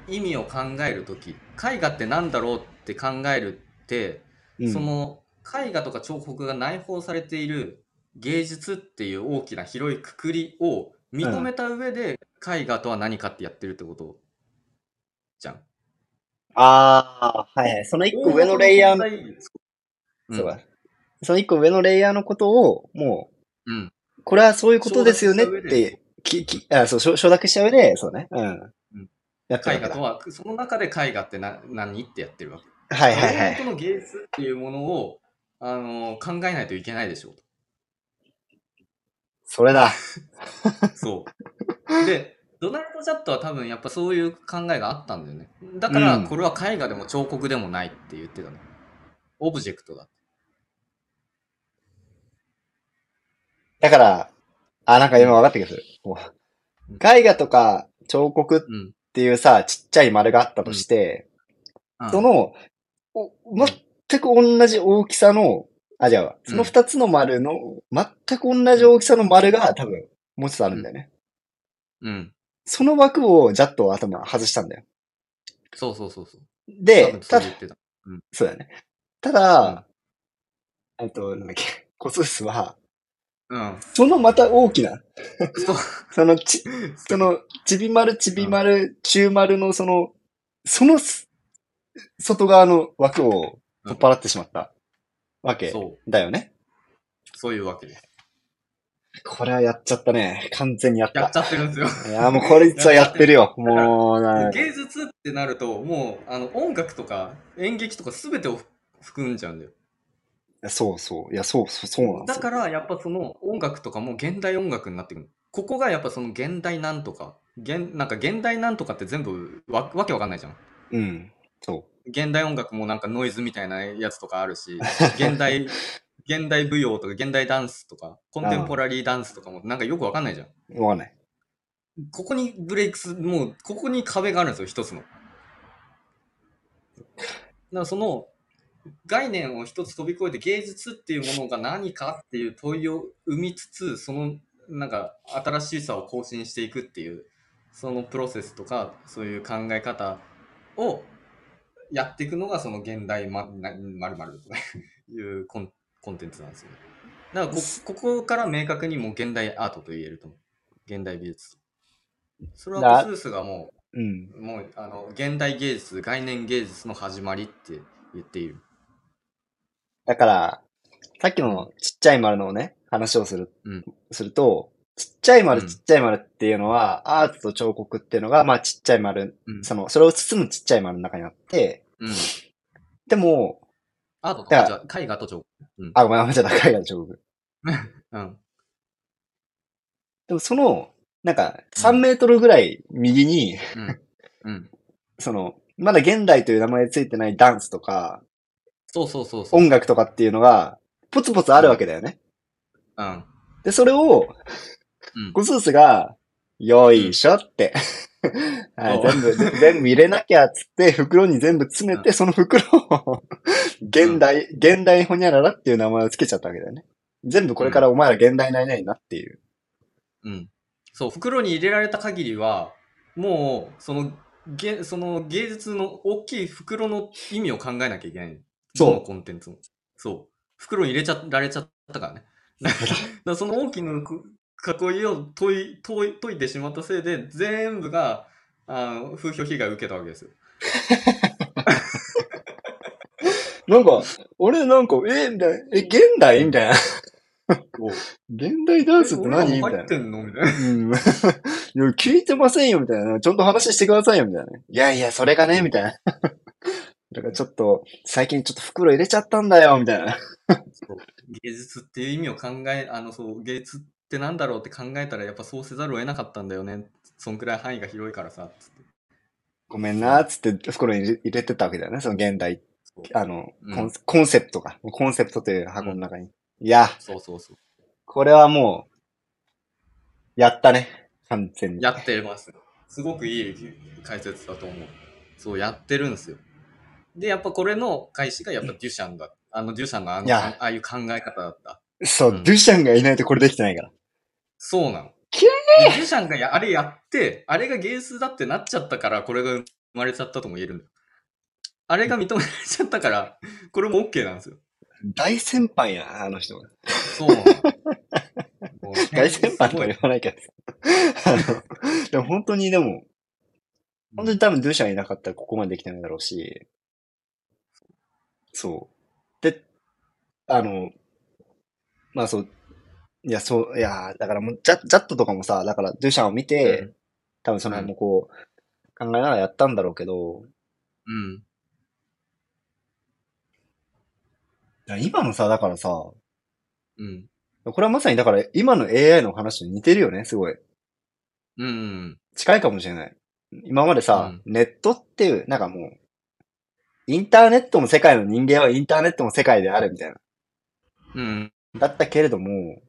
Speaker 2: 意味を考える時絵画ってなんだろうって考えるって、
Speaker 1: うん、
Speaker 2: その絵画とか彫刻が内包されている芸術っていう大きな広いくくりを認めた上で、絵画とは何かってやってるってことじゃん。
Speaker 1: ああ、はいはい。その一個上のレイヤーの、
Speaker 2: うん
Speaker 1: そうだ。その一個上のレイヤーのことを、も
Speaker 2: うん。
Speaker 1: う、これはそういうことですよねって、き、き、あそう、承承諾した上で、そうね。うん。
Speaker 2: ん
Speaker 1: やってるわけ
Speaker 2: 絵画
Speaker 1: だ
Speaker 2: とはその中で絵画ってな何ってやってるわけ。
Speaker 1: はいはいは
Speaker 2: 本
Speaker 1: い。
Speaker 2: 当の芸術っていうものをあの考えないといけないでしょう
Speaker 1: それだ。
Speaker 2: と。 そう。で、ドナルド・ジャットは多分やっぱそういう考えがあったんだよね。だから、
Speaker 1: うん
Speaker 2: これは絵画でも彫刻でもないって言ってたの。オブジェクトだ。
Speaker 1: だから、あ、なんか今分かった気がする。もう絵画とか彫刻っ
Speaker 2: うん。
Speaker 1: ていうさ、ちっちゃい丸があったとして、
Speaker 2: うん
Speaker 1: そ、の、お全く同じ大きさの、あ、じゃあ、その二つの丸の、全く同じ大きさの丸が多分、もう一つあるんだよね。
Speaker 2: うん。
Speaker 1: その枠をジャットは頭外したんだよ。
Speaker 2: そうそうそうそう。多
Speaker 1: で
Speaker 2: 分、そ
Speaker 1: た
Speaker 2: う言ってた。
Speaker 1: そうだね。ただ、えっと、なんだっけ、コススは、
Speaker 2: うん。
Speaker 1: そのまた大きな、
Speaker 2: そう。
Speaker 1: そのち、その、ちびまるちびまる、中丸のその、そのす、外側の枠を取っ払ってしまったわけ
Speaker 2: そう。
Speaker 1: だよね。
Speaker 2: そういうわけです。
Speaker 1: これはやっちゃったね。完全にやっ
Speaker 2: やったち。ゃってるんですよ。
Speaker 1: いや、もうこれ実はやってる よ。もう、な
Speaker 2: 芸術ってなると、もう、あの、音楽とか演劇とか全てを含んじゃうんだよ。
Speaker 1: そうそう。いや、そうそう、そうなんで
Speaker 2: だ
Speaker 1: すよ。
Speaker 2: からやっぱその音楽とかも現代音楽になってくるここがやっぱその現代なんとか現なんか現代なんとかって全部わわけわかんないじゃん
Speaker 1: うん。そ
Speaker 2: 現代音楽もなんかノイズみたいなやつとかあ るし現代現代舞踊とか現代ダンスとかコンテンポラリーダンスとかもなんかよくわかんないじゃん
Speaker 1: う。わかんない。
Speaker 2: ここにブレイクスもうここに壁があるんですよ一つのだからその概念を一つ飛び越えて芸術っていうものが何かっていう問いを生みつつそのなんか新しさを更新していくっていうそのプロセスとかそういう考え方をやっていくのがその現代まなまるまるというコンコンテンツなんですよねだからこここから明確にもう現代アートと言えると思う現代美術それは
Speaker 1: だ
Speaker 2: コスースがもう
Speaker 1: うん。
Speaker 2: もうあの現代芸術概念芸術の始まりって言っている
Speaker 1: だから、さっきのちっちゃい丸のね、話をする、
Speaker 2: うん
Speaker 1: すると、ちっちゃい丸、
Speaker 2: うん
Speaker 1: ちっちゃい丸っていうのは、アートと彫刻っていうのが、まあちっちゃい丸、
Speaker 2: うん
Speaker 1: その、それを包むちっちゃい丸の中にあって、
Speaker 2: うん
Speaker 1: でも、
Speaker 2: アートと
Speaker 1: だ
Speaker 2: か
Speaker 1: か
Speaker 2: じゃ絵画と彫刻
Speaker 1: あ、ごめん、ごめん、ちょっと海外の彫刻。
Speaker 2: うん
Speaker 1: でもその、なんか、3メートルぐらい右に、
Speaker 2: うん
Speaker 1: その、まだ現代という名前ついてないダンスとか、
Speaker 2: そうそうそうそう
Speaker 1: 音楽とかっていうのが、ポツポツあるわけだよね。
Speaker 2: うん
Speaker 1: で、それを、
Speaker 2: うん
Speaker 1: ゴスースが、よいしょって、はい
Speaker 2: おう
Speaker 1: 全部、全部入れなきゃっつって、袋に全部詰めて、その袋を、現代、現代ホニャララっていう名前をつけちゃったわけだよね。全部これからお前ら現代になりないなっていう。
Speaker 2: うん。そう、袋に入れられた限りは、もう、その、げその芸術の大きい袋の意味を考えなきゃいけない。
Speaker 1: そう
Speaker 2: どのコンテンツも。そう。袋に入れちゃられちゃったから ね。だから、だからその大きな囲いを解い解い解いてしまったせいで、全部が、あの風評被害を受けたわけですよ。
Speaker 1: なんか、俺なんか、え、みたいな、え、現代みたいな。現代ダンスって
Speaker 2: 俺ら
Speaker 1: 何み
Speaker 2: も
Speaker 1: たい
Speaker 2: 入
Speaker 1: な
Speaker 2: っ。てんのみたいな。
Speaker 1: うん。いや、聞いてませんよ、 みたいな。ちゃんと話してくださいよ、みたいな。いやいや、それがね、みたいな。 だからちょっと、最近ちょっと袋入れちゃったんだよ、みたいな。
Speaker 2: そう芸術っていう意味を考え、あの、そう、芸術ってなんだろうって考えたら、やっぱそうせざるを得なかったんだよね。そんくらい範囲が広いからさ、つって。
Speaker 1: ごめんな、つって袋に入れ入れてたわけだよね、その現代。
Speaker 2: そう
Speaker 1: あの、
Speaker 2: うん
Speaker 1: コンコンセプトが。コンセプトという箱の中に。いや、
Speaker 2: そうそうそう。
Speaker 1: これはもう、やったね。完全に。
Speaker 2: やってます。すごくいい解説だと思う。そう、やってるんですよ。で、やっぱこれの開始がやっぱデュシャンだ。あのデュシャンのあ
Speaker 1: い
Speaker 2: の
Speaker 1: や
Speaker 2: ああいう考え方だった。
Speaker 1: そう、
Speaker 2: うん
Speaker 1: デュシャンがいないとこれできてないから。
Speaker 2: そうなの。
Speaker 1: きゃ
Speaker 2: でデュシャンがやあれやって、あれが芸術だってなっちゃったから、これが生まれちゃったとも言えるんだよ。あれが認められちゃったから、これも OK なんですよ。
Speaker 1: 大先輩やな、あの人が。
Speaker 2: そうなの。もう
Speaker 1: 大先輩とは
Speaker 2: すご
Speaker 1: 言
Speaker 2: い
Speaker 1: わないけど。あの、でも本当にでも、本当に多分デュシャンいなかったらここまでできてないだろうし、そう。で、あの、まあそう、いや、そう、いや、だからもう、ジャジャットとかもさ、だからデュシャンを見て、
Speaker 2: うん
Speaker 1: 多分その辺もこう、考えながらやったんだろうけど、
Speaker 2: うん。
Speaker 1: だから今のさ、だからさ、こ
Speaker 2: うん。
Speaker 1: れはまさにだから今の AI の話と似てるよね、すごい。
Speaker 2: うん。うん。
Speaker 1: 近いかもしれない。今までさ、ネットっていう、なんかもう、インターネットの世界の人間はインターネットの世界であるみたいな。
Speaker 2: うん。
Speaker 1: だったけれども、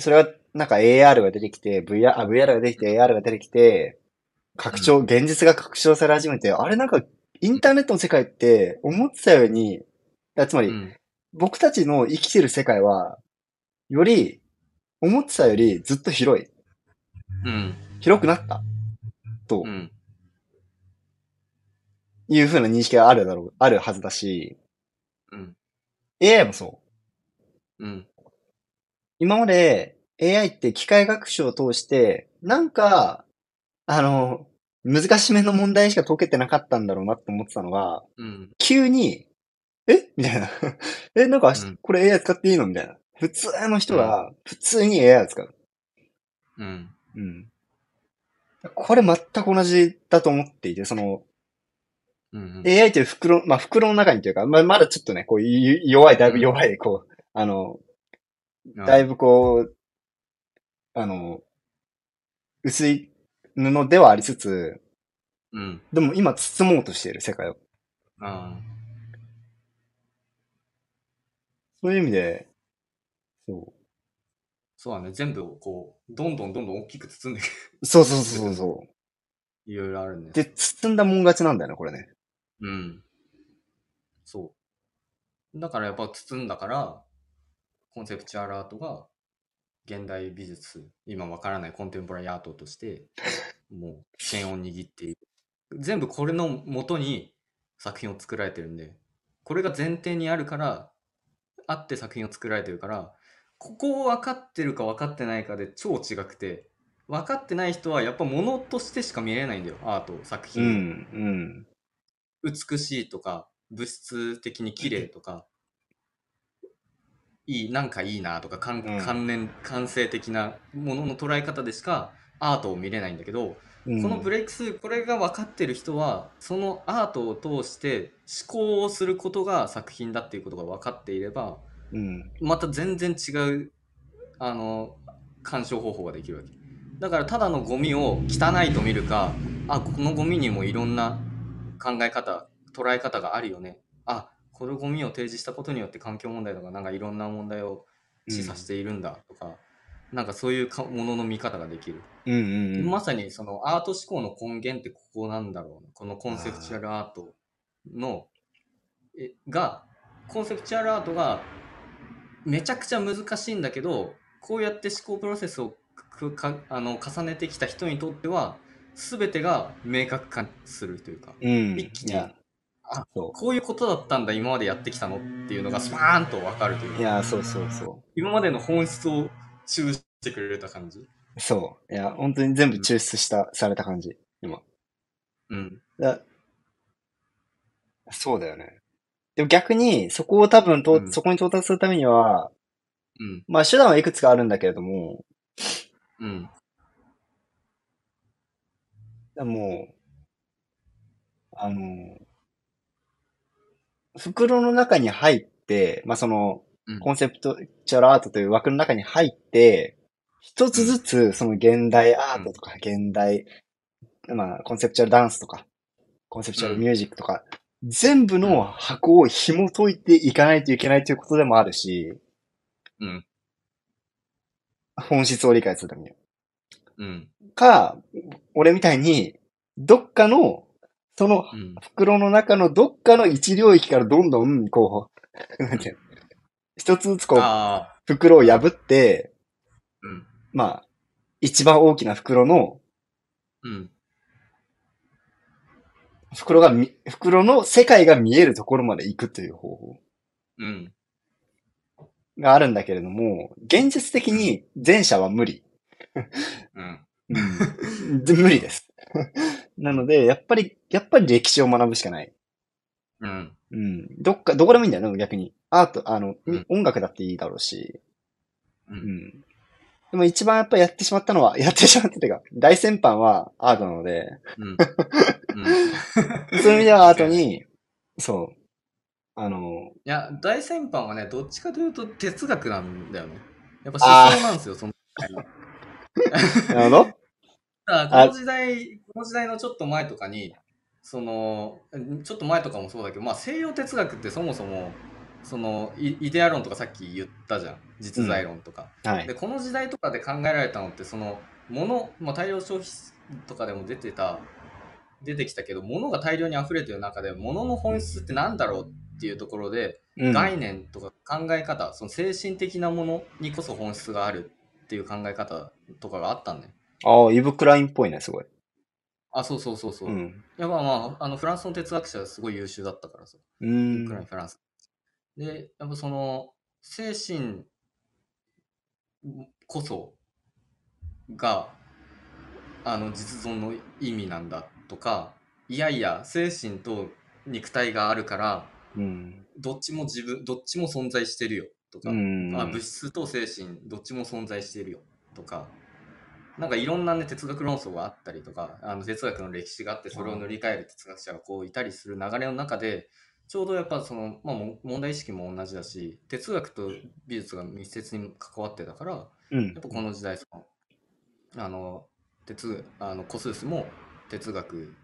Speaker 1: それはなんか AR が出てきて、VR、あ、VR が出てきて、AR が出てきて、拡張、
Speaker 2: うん
Speaker 1: 現実が拡張され始めて、あれなんか、インターネットの世界って思ってたように、あつま
Speaker 2: う
Speaker 1: り、
Speaker 2: ん。
Speaker 1: 僕たちの生きてる世界は、より、思ってたよりずっと広い。
Speaker 2: うん。
Speaker 1: 広くなった。と
Speaker 2: うん。
Speaker 1: いうふうな認識があるだろう、あるはずだし、
Speaker 2: うん。
Speaker 1: AI もそう。
Speaker 2: うん。
Speaker 1: 今まで AI って機械学習を通して、なんか、あの、難しめの問題しか解けてなかったんだろうなって思ってたのが、
Speaker 2: うん。
Speaker 1: 急に、えみたいな。 え、なんか、
Speaker 2: うん
Speaker 1: これ AI 使っていいのみたいな。普通の人が、普通に AI を使う。
Speaker 2: うん。
Speaker 1: うん。これ全く同じだと思っていて、その、
Speaker 2: うん。
Speaker 1: AI という袋、まあ、袋の中にというか、まあ、まだちょっとね、こう、ゆ弱い、だいぶ弱い、こう、あの、だいぶこう、あの、薄い布ではありつつ、
Speaker 2: うん。
Speaker 1: でも今包もうとしている世界を。
Speaker 2: あ
Speaker 1: そういう意味で、そ
Speaker 2: そうだね。全部をこう、どんどんどんどん大きく包んでいく。
Speaker 1: うそうそうそうそうそ
Speaker 2: いろいろあるね
Speaker 1: う。。で、包んだもん勝ちなんだよね、これね。
Speaker 2: うん。そう。だからやっぱ包んだから、コンセプチュアルアートが、現代美術、今わからないコンテンポラリーアートとして、もう、剣を握っている。全部これの元に作品を作られてるんで、これが前提にあるから、あって作品を作られてるから、ここを分かってるか分かってないかで超違くて、分かってない人はやっぱ物としてしか見えないんだよ、アート、作
Speaker 1: う
Speaker 2: 品を。
Speaker 1: ん、うん。
Speaker 2: 美しいとか物質的に綺麗とかいいなんかいいなとか関
Speaker 1: うん
Speaker 2: 関連感性的なものの捉え方でしかアートを見れないんだけど、
Speaker 1: うん、
Speaker 2: このブレイクスルーこれが分かってる人はそのアートを通して思考をすることが作品だっていうことが分かっていれば
Speaker 1: うん、
Speaker 2: また全然違うあの鑑賞方法ができるわけだからただのゴミを汚いと見るかあこのゴミにもいろんな考え方捉え方があるよねあこのゴミを提示したことによって環境問題とかなんかいろんな問題を示唆しているんだとか、なんかそういうかものの見方ができる、
Speaker 1: うん、うん、うん。
Speaker 2: まさにそのアート思考の根源ってここなんだろうなこのコンセプチュアルアートのえがコンセプチュアルアートがめちゃくちゃ難しいんだけどこうやって思考プロセスをくかあの重ねてきた人にとっては全てが明確化するというか
Speaker 1: うん。
Speaker 2: 一気に
Speaker 1: いや
Speaker 2: あ
Speaker 1: そ
Speaker 2: こういうことだったんだ今までやってきたのっていうのがスパーンと分かるという
Speaker 1: う。い
Speaker 2: か
Speaker 1: や、そうそうそ
Speaker 2: 今までの本質を抽出してくれた感じ
Speaker 1: う。そう。いや、本当に全部抽出した、された感じ。今。
Speaker 2: うん
Speaker 1: だそうだよね。でも逆に、そこを多分と、
Speaker 2: うん
Speaker 1: そこに到達するためには、
Speaker 2: うん
Speaker 1: まあ手段はいくつかあるんだけれども、
Speaker 2: うん
Speaker 1: もう、あの、袋の中に入って、まあその、
Speaker 2: うん
Speaker 1: コンセプトチュアルアートという枠の中に入って、一つずつその現代アートとか、現代、まあコンセプチュアルダンスとか、コンセプチュアルミュージックとか、全部の箱を紐解いていかないといけないということでもあるし、
Speaker 2: うん
Speaker 1: 本質を理解するためには。
Speaker 2: うん
Speaker 1: か、俺みたいに、どっかの、その
Speaker 2: うん
Speaker 1: 袋の中のどっかの一領域からどんどん、こう、 なんていうの一つずつこう、
Speaker 2: ああ
Speaker 1: 袋を破って、
Speaker 2: うん
Speaker 1: まあ、一番大きな袋の、
Speaker 2: うん
Speaker 1: 袋がみ、袋の世界が見えるところまで行くという方法
Speaker 2: うん
Speaker 1: があるんだけれども、現実的に前者は無理。
Speaker 2: うん
Speaker 1: で 無理です。なので、やっぱり、やっぱり歴史を学ぶしかない。
Speaker 2: うん
Speaker 1: うん。どっか、どこでもいいんだよ、でも逆に。アート、あの、
Speaker 2: うん
Speaker 1: 音楽だっていいだろうし。
Speaker 2: う
Speaker 1: うんん。でも一番やっぱやってしまったのは、やってしまったっていうか、大先般はアートなので、
Speaker 2: うん
Speaker 1: そういう意味ではアートに、そう。あの、
Speaker 2: いや、大先輩はね、どっちかというと哲学なんだよね。やっぱ
Speaker 1: あー
Speaker 2: 思想なんですよ、その。
Speaker 1: なるほど。
Speaker 2: だからこの時代、この時代のちょっと前とかに、その、ちょっと前とかもそうだけど、まあ西洋哲学ってそもそも、そのイイデア論とかさっき言ったじゃん。実在論とか。
Speaker 1: はい
Speaker 2: で、。この時代とかで考えられたのって、その、物、まあ大量消費とかでも出てた、出てきたけど、物が大量に溢れてる中で、物の本質って何だろうっていうところで、
Speaker 1: うん
Speaker 2: 概念とか考え方、その精神的なものにこそ本質があるっていう考え方とかがあったんだよ。
Speaker 1: ああ、イブ・クラインっぽいね、すごい。
Speaker 2: あ、そうそうそうそう。
Speaker 1: う
Speaker 2: い
Speaker 1: ん。
Speaker 2: やまあまあ、あのフランスの哲学者はすごい優秀だったからさ、
Speaker 1: う
Speaker 2: いくら
Speaker 1: ん。
Speaker 2: フランス。で、やっぱその精神こそがあの実存の意味なんだとか、いやいや、精神と肉体があるから、
Speaker 1: うん。
Speaker 2: どっちも自分、どっちも存在してるよとか、
Speaker 1: うん
Speaker 2: まあ、物質と精神どっちも存在しているよとかなんかいろんなね哲学論争があったりとかあの哲学の歴史があってそれを塗り替える哲学者がこういたりする流れの中でちょうどやっぱその、まあ、も問題意識も同じだし哲学と美術が密接に関わってたからや
Speaker 1: うん
Speaker 2: っぱこの時代そのあの哲あのコスースも哲学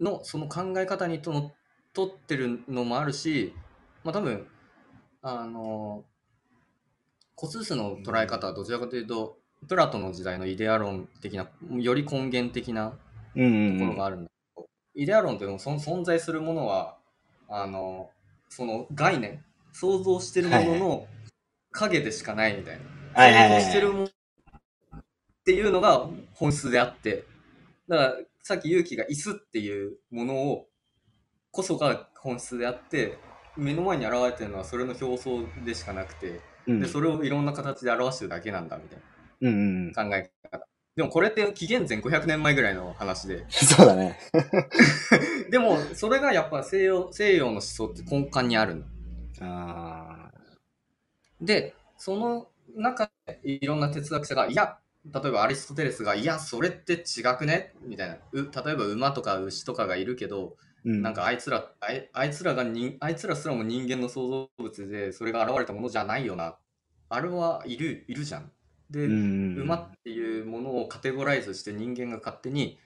Speaker 2: のその考え方にとのとってるのもあるしまあ多分あのコスースの捉え方はどちらかというとプラトの時代のイデア論的なより根源的な
Speaker 1: うんう
Speaker 2: ところ
Speaker 1: ん
Speaker 2: があるんだけど、イデア論というのもその存在するものはあのその概念想像してるものの影でしかないみたいな。
Speaker 1: はいはいは
Speaker 2: 想
Speaker 1: い
Speaker 2: 像してるものっていうのが本質であって、だからさっき勇気が椅子っていうものをこそが本質であって、目の前に現れてるのはそれの表層でしかなくて、
Speaker 1: うん
Speaker 2: でそれをいろんな形で表してるだけなんだみたい
Speaker 1: うんうんうん。
Speaker 2: な考え方。でもこれって紀元前500年前ぐらいの話で、
Speaker 1: そうだね。
Speaker 2: でもそれがやっぱ西洋西洋の思想って根幹にあるの。
Speaker 1: ああ。
Speaker 2: で、その中でいろんな哲学者が、いや、例えばアリストテレスが、いや、それって違くねみたいな。う例えば馬とか牛とかがいるけど、
Speaker 1: うん。
Speaker 2: なんかあいつら、あいあいつらが人、あいつらすらも人間の創造物で、それが現れたものじゃないよな。あれはいる、いるじゃん。で、
Speaker 1: うんうんうん、
Speaker 2: 馬っていうものをカテゴライズして人間が勝手に、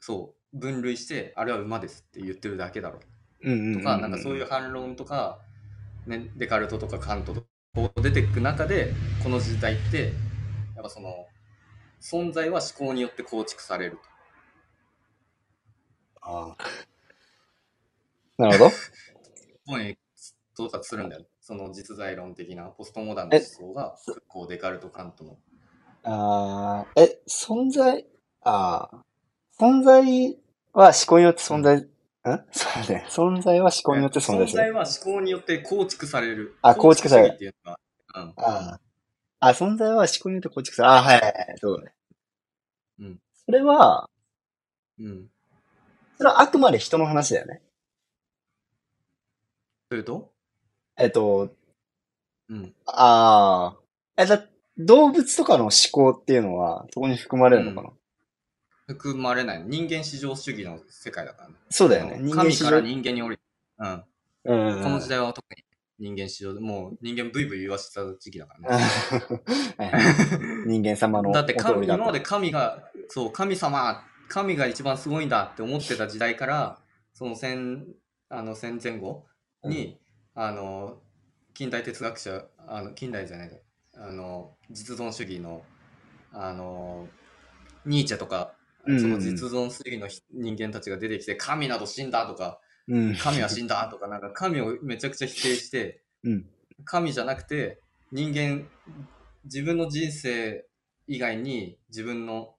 Speaker 2: そう、分類して、あれは馬ですって言ってるだけだろ。
Speaker 1: うんうん
Speaker 2: と
Speaker 1: うん、
Speaker 2: か、なんかそういう反論とか、ね、デカルトとかカントとかこう出てく中で、この時代って、やっぱその、存在は思考によって構築される。
Speaker 1: ああ。なるほど。
Speaker 2: とここに到達するんだよね。その実在論的なポストモダンの思想が、フッコー、デカルト、カントの。
Speaker 1: ああ、え、存在、ああ、存在は思考によって存在、ん そうね。存在は思考によって存在
Speaker 2: 存
Speaker 1: する。
Speaker 2: 在は思考によって構築される。
Speaker 1: あ構築される
Speaker 2: 主義っていうのが、うん。
Speaker 1: ああ。あ、存在は思考によって構築する。ああ、はいはいはい。そうだね。
Speaker 2: うん。
Speaker 1: それは、
Speaker 2: うん。
Speaker 1: それはあくまで人の話だよね。
Speaker 2: というと
Speaker 1: えっと、
Speaker 2: うん。
Speaker 1: ああ。え、だ、動物とかの思考っていうのは、そこに含まれるのかな、
Speaker 2: 含まれない。人間至上主義の世界だからね。
Speaker 1: そうだよね。人間
Speaker 2: 神
Speaker 1: 史
Speaker 2: から人間に降りうん。
Speaker 1: うん。
Speaker 2: この時代は特に人間至上、もう人間ブイブイ言わせてた時期 だからね。
Speaker 1: はいはい人間様の
Speaker 2: だって
Speaker 1: お通
Speaker 2: 神
Speaker 1: りだ
Speaker 2: 今
Speaker 1: った
Speaker 2: まで神 がそう神様神が一番すごいんだって思ってた時代からその戦あの戦前後に、あの近代哲学者あの近代じゃないあの実存主義のあのニーチェとかそ
Speaker 1: うん
Speaker 2: の実存主義の人人間たちが出てきて神など死んだとか
Speaker 1: うん。
Speaker 2: 神は死んだとかなんか神をめちゃくちゃ否定して
Speaker 1: うん。
Speaker 2: 神じゃなくて人間自分の人生以外に自分の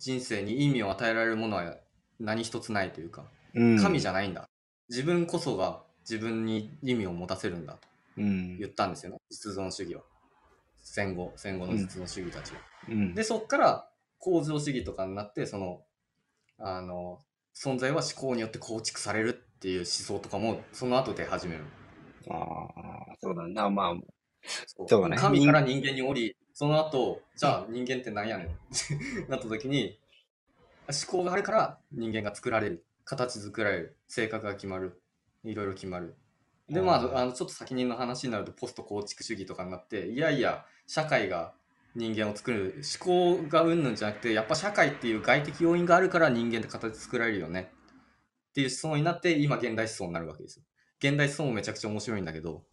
Speaker 2: 人生に意味を与えられるものは何一つないというか
Speaker 1: うん。
Speaker 2: 神
Speaker 1: じ
Speaker 2: じゃないんだ、自分こそが自分に意味を持たせるんだと
Speaker 1: ゃん。うん。
Speaker 2: 言ったんですよね実存主義は戦後戦後の実存主義たちは、
Speaker 1: うん
Speaker 2: でそっから向上主義とかになってそのあの存在は思考によって構築されるっていう思想とかもその後で始める
Speaker 1: ああ、そうだね。なまあ、
Speaker 2: そう
Speaker 1: そうね
Speaker 2: 神から人間に降り、その後、じゃあ人間って何やねんなった時に、思考があるから人間が作られる、形作られる、性格が決まる、いろいろ決まる。で、ま
Speaker 1: うん
Speaker 2: あ、あのちょっと先人の話になると、ポスト構築主義とかになって、いやいや、社会が人間を作る、思考がうんぬんじゃなくて、やっぱ社会っていう外的要因があるから人間って形作られるよね。っていう思想になって、今、現代思想になるわけですよ。現代思想もめちゃくちゃ面白いんだけど、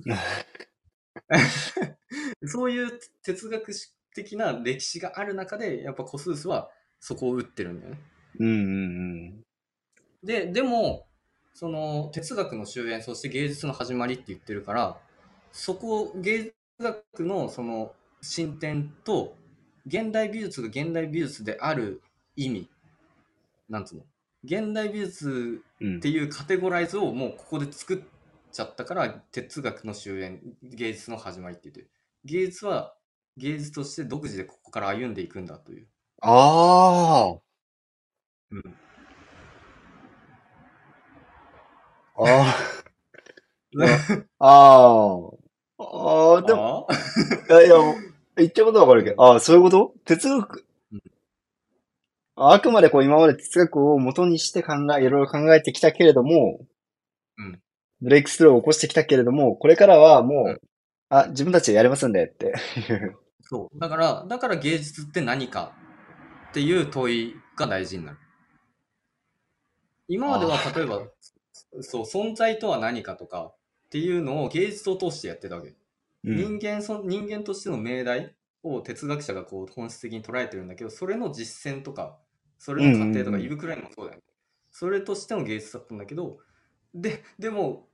Speaker 2: そういう哲学的な歴史がある中で、やっぱコスースはそこを打ってるんだよね。
Speaker 1: うんうん
Speaker 2: で、でも、その哲学の終焉、そして芸術の始まりって言ってるから、そこ、芸術学のその進展と、現代美術が現代美術である意味、なんつうの、現代美術
Speaker 1: うん。うん
Speaker 2: っていうカテゴライズをもうここで作っちゃったから哲学の終焉芸術の始まりって言ってる芸術は芸術として独自でここから歩んでいくんだという、
Speaker 1: ああ、ああ、ああ、ああ、でも、
Speaker 2: あー
Speaker 1: いやいや、言ってることはわかるけど、ああ、そういうこと哲学
Speaker 2: うん。
Speaker 1: ああくまでこう今まで哲学を元にして考え、いろいろ考えてきたけれども、
Speaker 2: うん
Speaker 1: ブレイクスルーを起こしてきたけれども、これからはもう、
Speaker 2: うん
Speaker 1: あ、自分たちでやりますんでって。
Speaker 2: そうだからだから芸術って何かっていう問いが大事になる今までは例えばそう存在とは何かとかっていうのを芸術を通してやってたわけ
Speaker 1: うん
Speaker 2: 人間そ人間としての命題を哲学者がこう本質的に捉えてるんだけどそれの実践とかそれの過程
Speaker 1: う
Speaker 2: と
Speaker 1: んうんう
Speaker 2: か
Speaker 1: ん
Speaker 2: イブ・クラインもそうだよねそれとしての芸術だったんだけどででも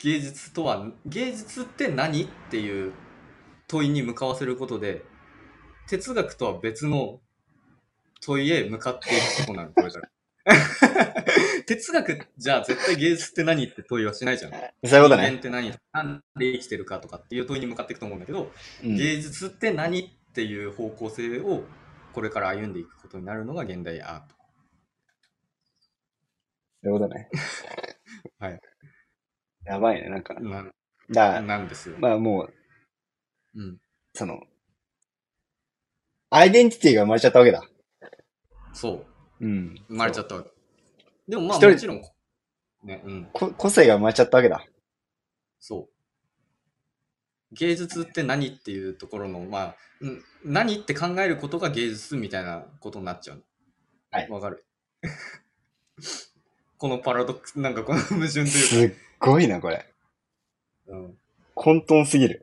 Speaker 2: 芸術とは芸術って何っていう問いに向かわせることで哲学とは別の問いへ向かっていくとこなのこれから 哲学じゃあ絶対芸術って何って問いはしないじゃん
Speaker 1: そういうこと
Speaker 2: 人間
Speaker 1: ね。
Speaker 2: って何なんで生きてるかとかっていう問いに向かっていくと思うんだけど、
Speaker 1: うん
Speaker 2: 芸術って何っていう方向性をこれから歩んでいくことになるのが現代アート。。
Speaker 1: そういうことね
Speaker 2: はい。
Speaker 1: やばいね、なんか。だ
Speaker 2: な
Speaker 1: から
Speaker 2: なんですよ。
Speaker 1: まあもう、
Speaker 2: うん、
Speaker 1: その、アイデンティティが生まれちゃったわけだ。
Speaker 2: そ
Speaker 1: う
Speaker 2: う。
Speaker 1: ん。
Speaker 2: 生まれちゃったわけ。でもまあ
Speaker 1: 一人
Speaker 2: もちろん、ね、うん、
Speaker 1: こ個性が生まれちゃったわけだ。
Speaker 2: そう。芸術って何っていうところの、まあ、うん何って考えることが芸術みたいなことになっちゃう。
Speaker 1: はい
Speaker 2: わかる。 このパラドックス、なんかこの矛盾という か。
Speaker 1: すっごいな、これ。
Speaker 2: うん
Speaker 1: 混沌すぎる。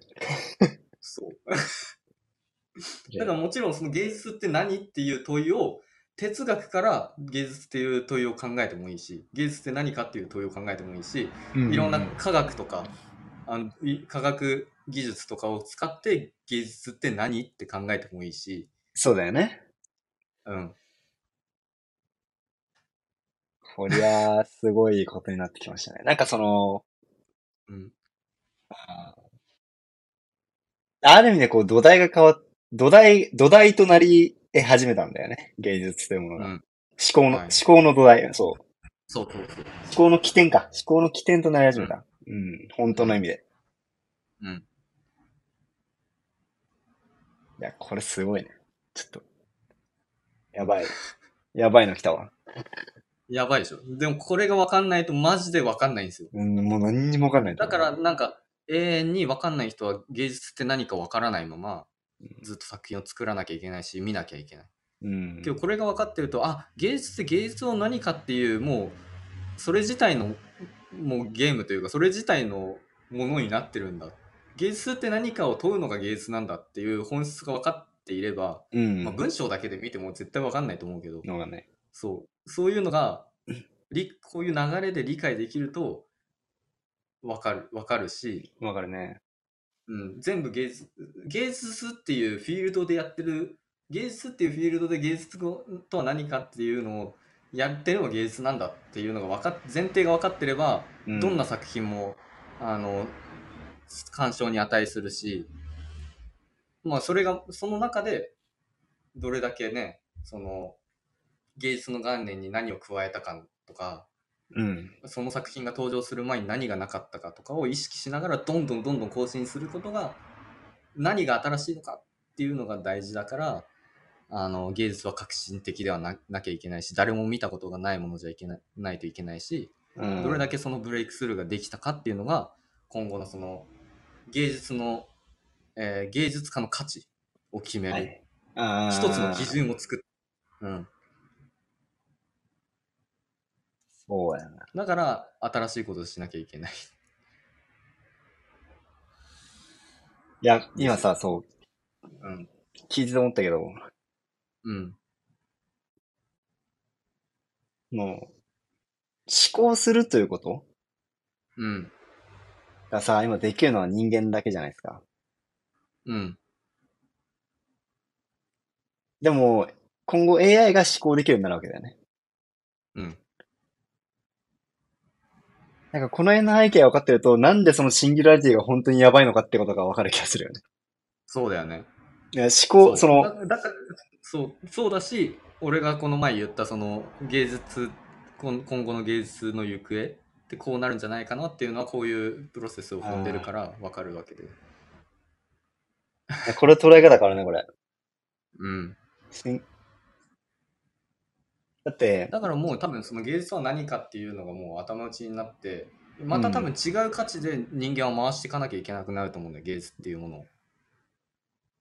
Speaker 2: そう。だからもちろんその芸術って何っていう問いを哲学から芸術っていう問いを考えてもいいし芸術って何かっていう問いを考えてもいいしいろんな科学とかあのい科学技術とかを使って芸術って何って考えてもいいし、
Speaker 1: そうだよね。
Speaker 2: うん、
Speaker 1: こりゃ、すごいことになってきましたね。なんかその、
Speaker 2: うん、
Speaker 1: ある意味でこう土台が変わっ、土台、土台となり始めたんだよね。芸術というもの
Speaker 2: う
Speaker 1: が。思
Speaker 2: ん、
Speaker 1: 考の、
Speaker 2: はい
Speaker 1: 思考の土台、そう。
Speaker 2: そうそうそう。
Speaker 1: 思考の起点か。思考の起点となり始めた。うん、本当の意味で。
Speaker 2: うん。
Speaker 1: いや、これすごいね。ちょっと。やばい。やばいの来たわ。
Speaker 2: やばいでしょ。でもこれがわかんないとマジでわかんないんですよ。
Speaker 1: うん、もう何にもわかんない。
Speaker 2: だから、なんか永遠にわかんない人は芸術って何かわからないままずっと作品を作らなきゃいけないし見なきゃいけない。
Speaker 1: うん。
Speaker 2: けどこれが分かってるとあ芸術って芸術の何かっていうもうそれ自体のもうゲームというかそれ自体のものになってるんだ芸術って何かを問うのが芸術なんだっていう本質が分かっていれば、
Speaker 1: うん。
Speaker 2: まあ、文章だけで見ても絶対分かんないと思うけど、
Speaker 1: のがね。
Speaker 2: そうそういうのがりこういう流れで理解できると分かる分かるし、
Speaker 1: わかるね。
Speaker 2: うん、全部芸術芸術っていうフィールドでやってる芸術っていうフィールドで芸術とは何かっていうのをやってるのが芸術なんだっていうのが分かっ前提が分かってれば、
Speaker 1: うん
Speaker 2: どんな作品もあの鑑賞に値するしまあそれがその中でどれだけねその芸術の概念に何を加えたかとか
Speaker 1: うん。
Speaker 2: その作品が登場する前に何がなかったかとかを意識しながらどんどんどんどん更新することが何が新しいのかっていうのが大事だからあの芸術は革新的ではななきゃいけないし誰も見たことがないものじゃいけないないといけないし
Speaker 1: うん。
Speaker 2: どれだけそのブレイクスルーができたかっていうのが今後のその芸術の、えー芸術家の価値を決める、
Speaker 1: はいあー
Speaker 2: 一つの基。準を作る。うん
Speaker 1: そうやな。
Speaker 2: だから、新しいことをしなきゃいけない。
Speaker 1: いや、今さ、そう、
Speaker 2: うん。
Speaker 1: 聞いてて思ったけど、
Speaker 2: うん。
Speaker 1: もう、思考するということ
Speaker 2: うん。
Speaker 1: がさ、今できるのは人間だけじゃないですか。
Speaker 2: うん。
Speaker 1: でも、今後 AI が思考できるようになるわけだよね。
Speaker 2: うん。
Speaker 1: なんかこの辺の背景が分かってると、なんでそのシンギュラリティが本当にやばいのかってことが分かる気がするよね。
Speaker 2: そうだよね。
Speaker 1: いや思考、その、
Speaker 2: だだからそう、そうだし、俺がこの前言った、その、芸術、今今後の芸術の行方ってこうなるんじゃないかなっていうのは、こういうプロセスを踏んでるからわかるわけで。
Speaker 1: これ捉え方からね、これ。
Speaker 2: うん。
Speaker 1: シンだって、
Speaker 2: だからもう多分その芸術は何かっていうのがもう頭打ちになって、また多分違う価値で人間は回していかなきゃいけなくなると思うんだよ、芸術っていうものを。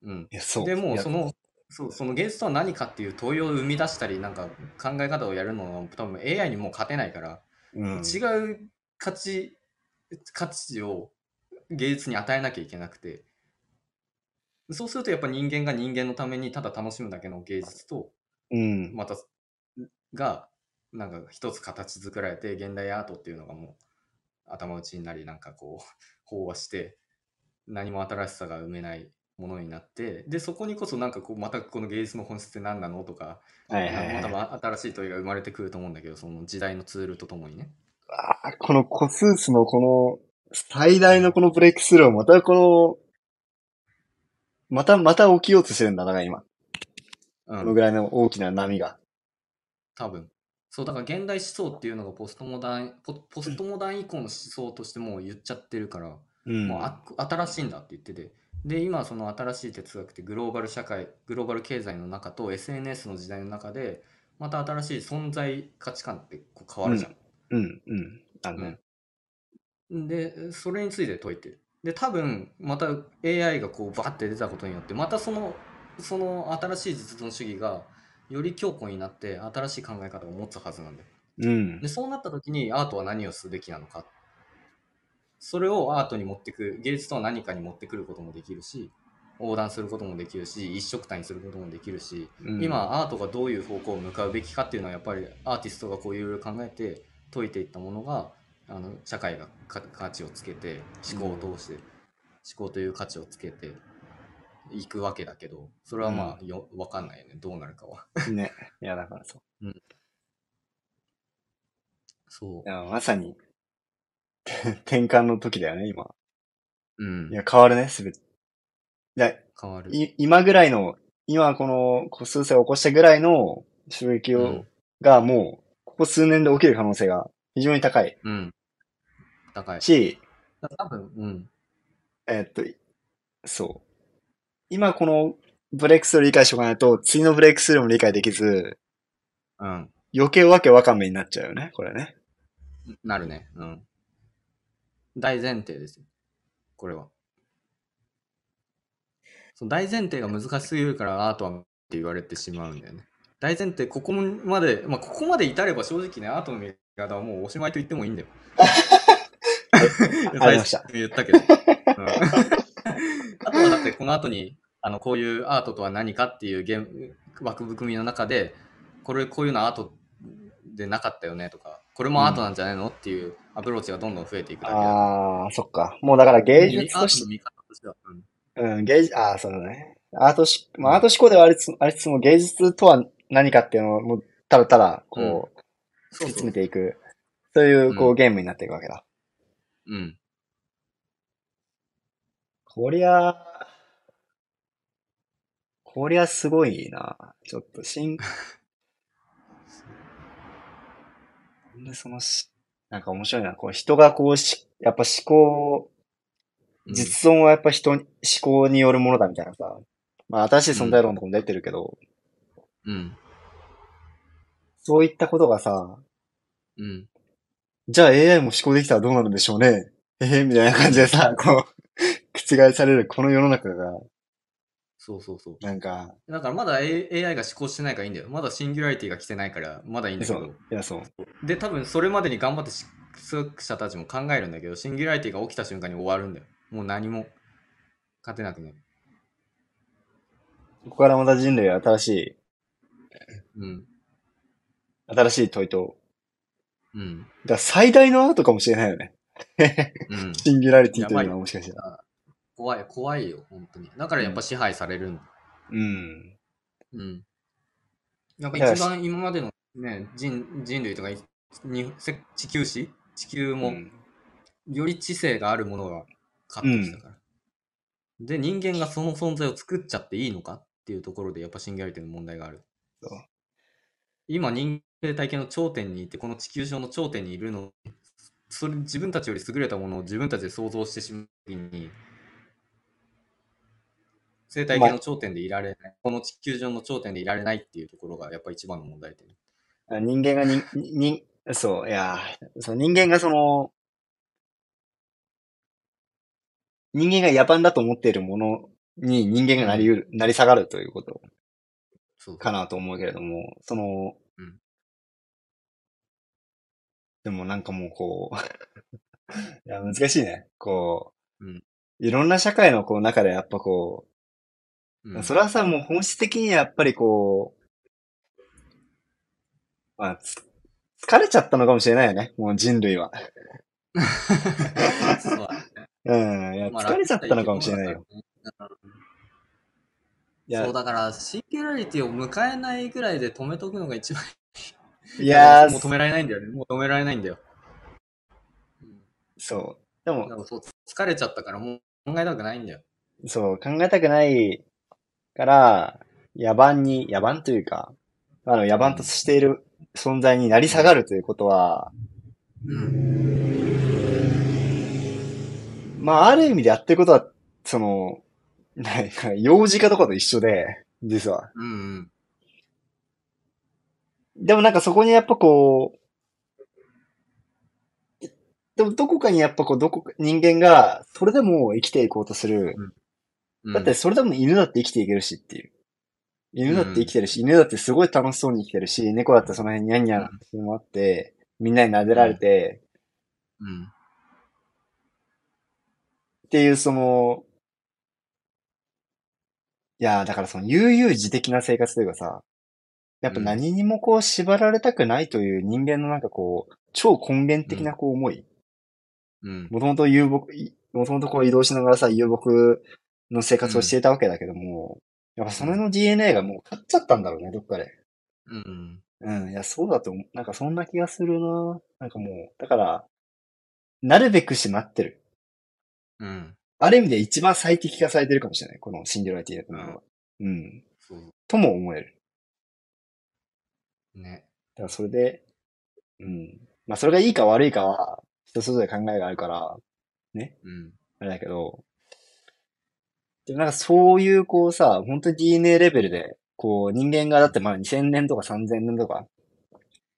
Speaker 2: うん。
Speaker 1: いや、そう。
Speaker 2: でも
Speaker 1: いうや
Speaker 2: そのそうその芸術とは何かっていう問いを生み出したりなんか考え方をやるのは多分 AI にもう勝てないから、
Speaker 1: うん、
Speaker 2: 違う価値価値を芸術に与えなきゃいけなくてそうするとやっぱ人間が人間のためにただ楽しむだけの芸術と
Speaker 1: うん。
Speaker 2: またがなんか一つ形作られて現代アートっていうのがもう頭打ちになりなんかこう 飽和して何も新しさが埋めないものになってでそこにこそなんかこうまたこの芸術の本質って何なのとか
Speaker 1: はいはいはい
Speaker 2: またま新しい問いが生まれてくると思うんだけどその時代のツールとともにね
Speaker 1: あーこのコスースのこの最大のこのブレイクスルーをまたこの、またまた起きようとしてるんだ、だから今。
Speaker 2: う
Speaker 1: この
Speaker 2: ん
Speaker 1: ぐらいの大きな波が。
Speaker 2: 多分そうだから現代思想っていうのがポストモダンポポストモダン以降の思想としてもう言っちゃってるから、
Speaker 1: うん
Speaker 2: もうあ新しいんだって言っててで今その新しい哲学ってグローバル社会グローバル経済の中と SNS の時代の中でまた新しい存在価値観ってこう変わるじゃん。
Speaker 1: うん、うん。あのね。
Speaker 2: でそれについて解いてる。で多分また AI がこうバッて出たことによってまたそのその新しい実存主義がより強固になって新しい考え方を持つはずなんだよ。
Speaker 1: うん
Speaker 2: で。そうなった時にアートは何をすべきなのかそれをアートに持ってく芸術とは何かに持ってくることもできるし横断することもできるし一色単にすることもできるし、
Speaker 1: うん、
Speaker 2: 今アートがどういう方向を向かうべきかっていうのはやっぱりアーティストがこういろいろ考えて解いていったものがあの社会がか価値をつけて思考を通して、思考という価値をつけていくわけだけどそれはまあよ分かんないよねどうなるかは
Speaker 1: ね。いや、だからそう。
Speaker 2: そ
Speaker 1: いやまさに、転換の時だよね、今。
Speaker 2: う、うん
Speaker 1: い、や、変わるね、すべて。だ
Speaker 2: 変わる
Speaker 1: い今ぐらいの、今この、こう数世を起こしたぐらいの衝撃を、
Speaker 2: うん
Speaker 1: がもう、ここ数年で起きる可能性が非常に高い
Speaker 2: うん高い
Speaker 1: し、
Speaker 2: 多分うん
Speaker 1: えーっと、いそう。今このブレイクスルー理解しておかないと、次のブレイクスルーも理解できず、
Speaker 2: うん
Speaker 1: 余計わけわかめになっちゃうよね、これね。
Speaker 2: なるねうん大前提ですよこれはその大前提が難しすぎるからアートはって言われてしまうんだよね大前提ここまで、まあ、ここまで至れば正直ねアートの見方はもうおしまいと言ってもいいんだよ
Speaker 1: ありました
Speaker 2: 最初に言ったけど、うん あとはだってこの後にあのこういうアートとは何かっていうゲーム枠組みの中でこれこういうのアートでなかったよねとかこれもアートなんじゃないのっていうアプローチがどんどん増えていくだけだ
Speaker 1: ああ、そっか。もうだから芸術
Speaker 2: ア
Speaker 1: と
Speaker 2: ート
Speaker 1: し
Speaker 2: の見方としては、うん
Speaker 1: うん、芸術、ああ、そうだね。アートし、まあ、アート思考ではありつつ、ありつつも芸術とは何かっていうのを、もう、ただただ、こう、突き
Speaker 2: そうそ
Speaker 1: 詰め
Speaker 2: う
Speaker 1: ていく、そういう、こ
Speaker 2: う
Speaker 1: う、ゲームになっていくわけだ。
Speaker 2: うん
Speaker 1: こりゃ、こりゃすごいな。ちょっと、新、なんでそのし、なんか面白いな。こう、人がこうし、やっぱ思考を、
Speaker 2: うん
Speaker 1: 実存はやっぱ人に、思考によるものだみたいなさ。まあ、新しい存在論とかも出てるけど、
Speaker 2: うん
Speaker 1: そういったことがさ、
Speaker 2: うん
Speaker 1: じゃあ AI も思考できたらどうなるんでしょうね。えへ、みたいな感じでさ、こう、 覆されるこの世の中が、
Speaker 2: そうそうそう
Speaker 1: なんか、
Speaker 2: だからまだ A- AI が思考してないからいいんだよまだシンギュラリティが来てないからまだいいんだけ
Speaker 1: そ
Speaker 2: ど
Speaker 1: う、いや、そう。
Speaker 2: で多分それまでに頑張ってし作者たちも考えるんだけどシンギュラリティが起きた瞬間に終わるんだよもう何も勝てなくなる
Speaker 1: ここからまた人類は新しい、
Speaker 2: うん
Speaker 1: 新しい問いと、
Speaker 2: うん
Speaker 1: だから最大のアートかもしれないよね。
Speaker 2: うん
Speaker 1: シンギュラリティというの
Speaker 2: やば
Speaker 1: はいもしかしたら。
Speaker 2: 怖い怖いよ本当にだからやっぱ支配されるんだ
Speaker 1: うん。
Speaker 2: うんなんか一番今までのね人人類とかいにせ地球史地球も
Speaker 1: うん
Speaker 2: より知性があるものが勝ってきたから、で人間がその存在を作っちゃっていいのかっていうところでやっぱシンギュラリティの問題がある
Speaker 1: そう
Speaker 2: 今人間体系の頂点にいてこの地球上の頂点にいるのそれ自分たちより優れたものを自分たちで想像してしまう時に生態系の頂点でいられない、この地球上の頂点でいられないっていうところがやっぱ一番の問題点。
Speaker 1: あ人間がに、に、そう、いや、そう人間がその、人間が野蛮だと思っているものに人間がなりうる、なり下がるということ
Speaker 2: そう
Speaker 1: かなと思うけれども、その、
Speaker 2: うん
Speaker 1: でもなんかもうこう、い や、難しいね。こう、
Speaker 2: うん
Speaker 1: いろんな社会のこう中でやっぱこう、
Speaker 2: うん
Speaker 1: それはさ、もう本質的にやっぱりこう、まあ、つ疲れちゃったのかもしれないよね。もう人類は。
Speaker 2: そうだね
Speaker 1: うん。いや、
Speaker 2: まあ
Speaker 1: 疲れちゃったのかもしれないよ。。いや
Speaker 2: そう、だから、シンギュラリティを迎えないぐらいで止めとくのが一番
Speaker 1: いや
Speaker 2: もう止
Speaker 1: ー、
Speaker 2: められないんだよね。もう止められないんだよ。
Speaker 1: そう。でも
Speaker 2: だ、からそう疲れちゃったからもう考えたくないんだよ。
Speaker 1: そう、考えたくないから、野蛮に、野蛮というか、あの、野蛮としている存在になり下がるということは、
Speaker 2: うん。
Speaker 1: まあ、ある意味でやってることは、その、なんか、幼児化とかと一緒で、実は。
Speaker 2: うんうん。
Speaker 1: でもなんかそこにやっぱこう、でもどこかにやっぱこう、どこか、人間が、それでも生きていこうとする。
Speaker 2: うん
Speaker 1: だって、それでも犬だって生きていけるしっていう。犬だって生きてるし、犬だってすごい楽しそうに生きてるし、猫だってその辺にゃんにゃんしてもらって、みんなに撫でられて、
Speaker 2: うん。
Speaker 1: っていうその、いやーだからその悠々自適な生活というかさ、やっぱ何にもこう縛られたくないという人間のなんかこう、超根源的なこう思い。
Speaker 2: うん。
Speaker 1: もともと遊牧、もともとこう移動しながらさ、遊牧の生活をしていたわけだけども、やっぱその辺の DNA がもう勝っちゃったんだろうね、どっかで。
Speaker 2: うん。
Speaker 1: うん、いや、そうだと思う。なんかそんな気がするななんかもう、だから、なるべくして待ってる。
Speaker 2: うん。
Speaker 1: ある意味で一番最適化されてるかもしれない。このシンデレラティだと思うのは。うん。
Speaker 2: そう。
Speaker 1: とも思える。
Speaker 2: ね。
Speaker 1: だからそれで、うん。まあそれがいいか悪いかは、人それぞれ考えがあるから、
Speaker 2: うん。
Speaker 1: あれだけど、でもなんかそういうこうさ、本当に DNA レベルで、こう人間がだってまあ2000年とか3000年とか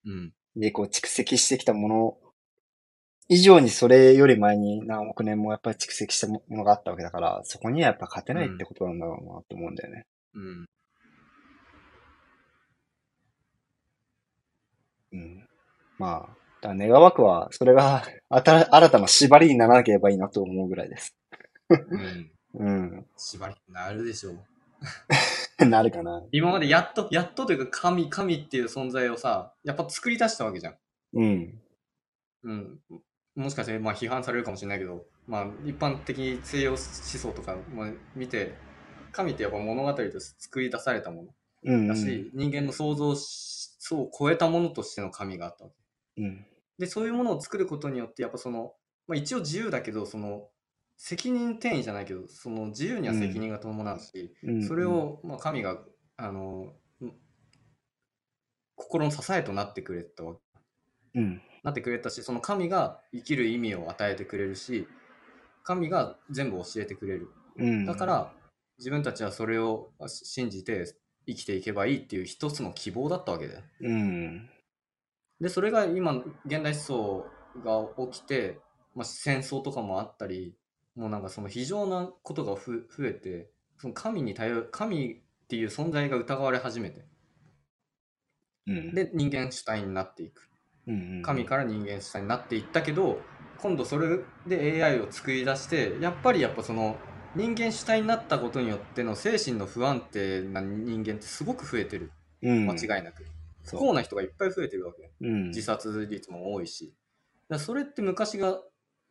Speaker 2: うん。
Speaker 1: でこう蓄積してきたもの以上にそれより前に何億年もやっぱり蓄積したものがあったわけだから、そこにはやっぱ勝てないってことなんだろうなと思うんだよね。
Speaker 2: うん。
Speaker 1: うん。まあ、だから願わくは、それがあた新たな縛りにならなければいいなと思うぐらいです。
Speaker 2: うん。
Speaker 1: うん。
Speaker 2: 縛りになるでしょう。
Speaker 1: なるかな。
Speaker 2: 今までやっと、やっとというか神、神っていう存在をさ、やっぱ作り出したわけじゃん。
Speaker 1: うん。
Speaker 2: うん。もしかして、まあ批判されるかもしれないけど、まあ一般的に西洋思想とかまあ見て、神ってやっぱ物語として作り出されたも
Speaker 1: うん、うん。
Speaker 2: のだし、人間の想像しを超えたものとしての神があったわけ。
Speaker 1: うん。
Speaker 2: で、そういうものを作ることによって、やっぱその、まあ一応自由だけど、その、責任転移じゃないけど、その自由には責任が伴うし、
Speaker 1: うん。
Speaker 2: それを、まあ、神があのん心の支えとなってくれたわ
Speaker 1: うん。
Speaker 2: なってくれたしその神が生きる意味を与えてくれるし神が全部教えてくれる
Speaker 1: うん。
Speaker 2: だから自分たちはそれをあし信じて生きていけばいいっていう一つの希望だったわけだよ
Speaker 1: うん。
Speaker 2: でそれが今現代思想が起きて、まあ、戦争とかもあったりもうなんかその非常なことがふ増えてその神に頼る神っていう存在が疑われ始めて
Speaker 1: うん、
Speaker 2: で人間主体になっていく
Speaker 1: うんうん、
Speaker 2: 神から人間主体になっていったけど今度それで AI を作り出してやっぱりやっぱその人間主体になったことによっての精神の不安定な人間ってすごく増えてる
Speaker 1: うん、
Speaker 2: 間違いなく、不
Speaker 1: そ
Speaker 2: 幸な人がいっぱい増えてるわけ
Speaker 1: う、うん、
Speaker 2: 自殺率も多いしだからそれって昔が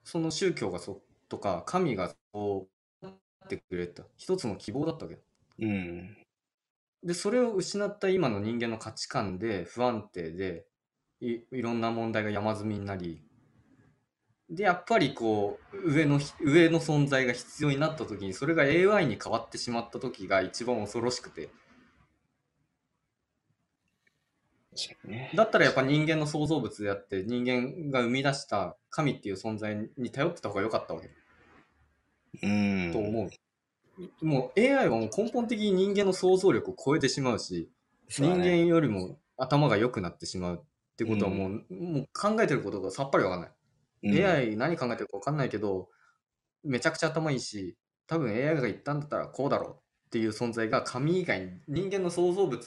Speaker 2: その宗教がそとか神がそうなってくれた一つの希望だったわけ
Speaker 1: うん、
Speaker 2: でそれを失った今の人間の価値観で不安定でいいろんな問題が山積みになりでやっぱりこう上のひ上の存在が必要になった時にそれが AI に変わってしまった時が一番恐ろしくて
Speaker 1: 確かにね。
Speaker 2: だったらやっぱ人間の創造物であって人間が生み出した神っていう存在に頼ってた方が良かったわけ
Speaker 1: うん、
Speaker 2: と思う。もう AI はもう根本的に人間の想像力を超えてしまうし、
Speaker 1: そう
Speaker 2: 人
Speaker 1: だね
Speaker 2: 間よりも頭が良くなってしまうってことはもう,、もう考えてることがさっぱりわかんない。
Speaker 1: うん、
Speaker 2: AI 何考えてるかわかんないけど、めちゃくちゃ頭いいし、多分 AI が言ったんだったらこうだろうっていう存在が神以外に人間の創造物、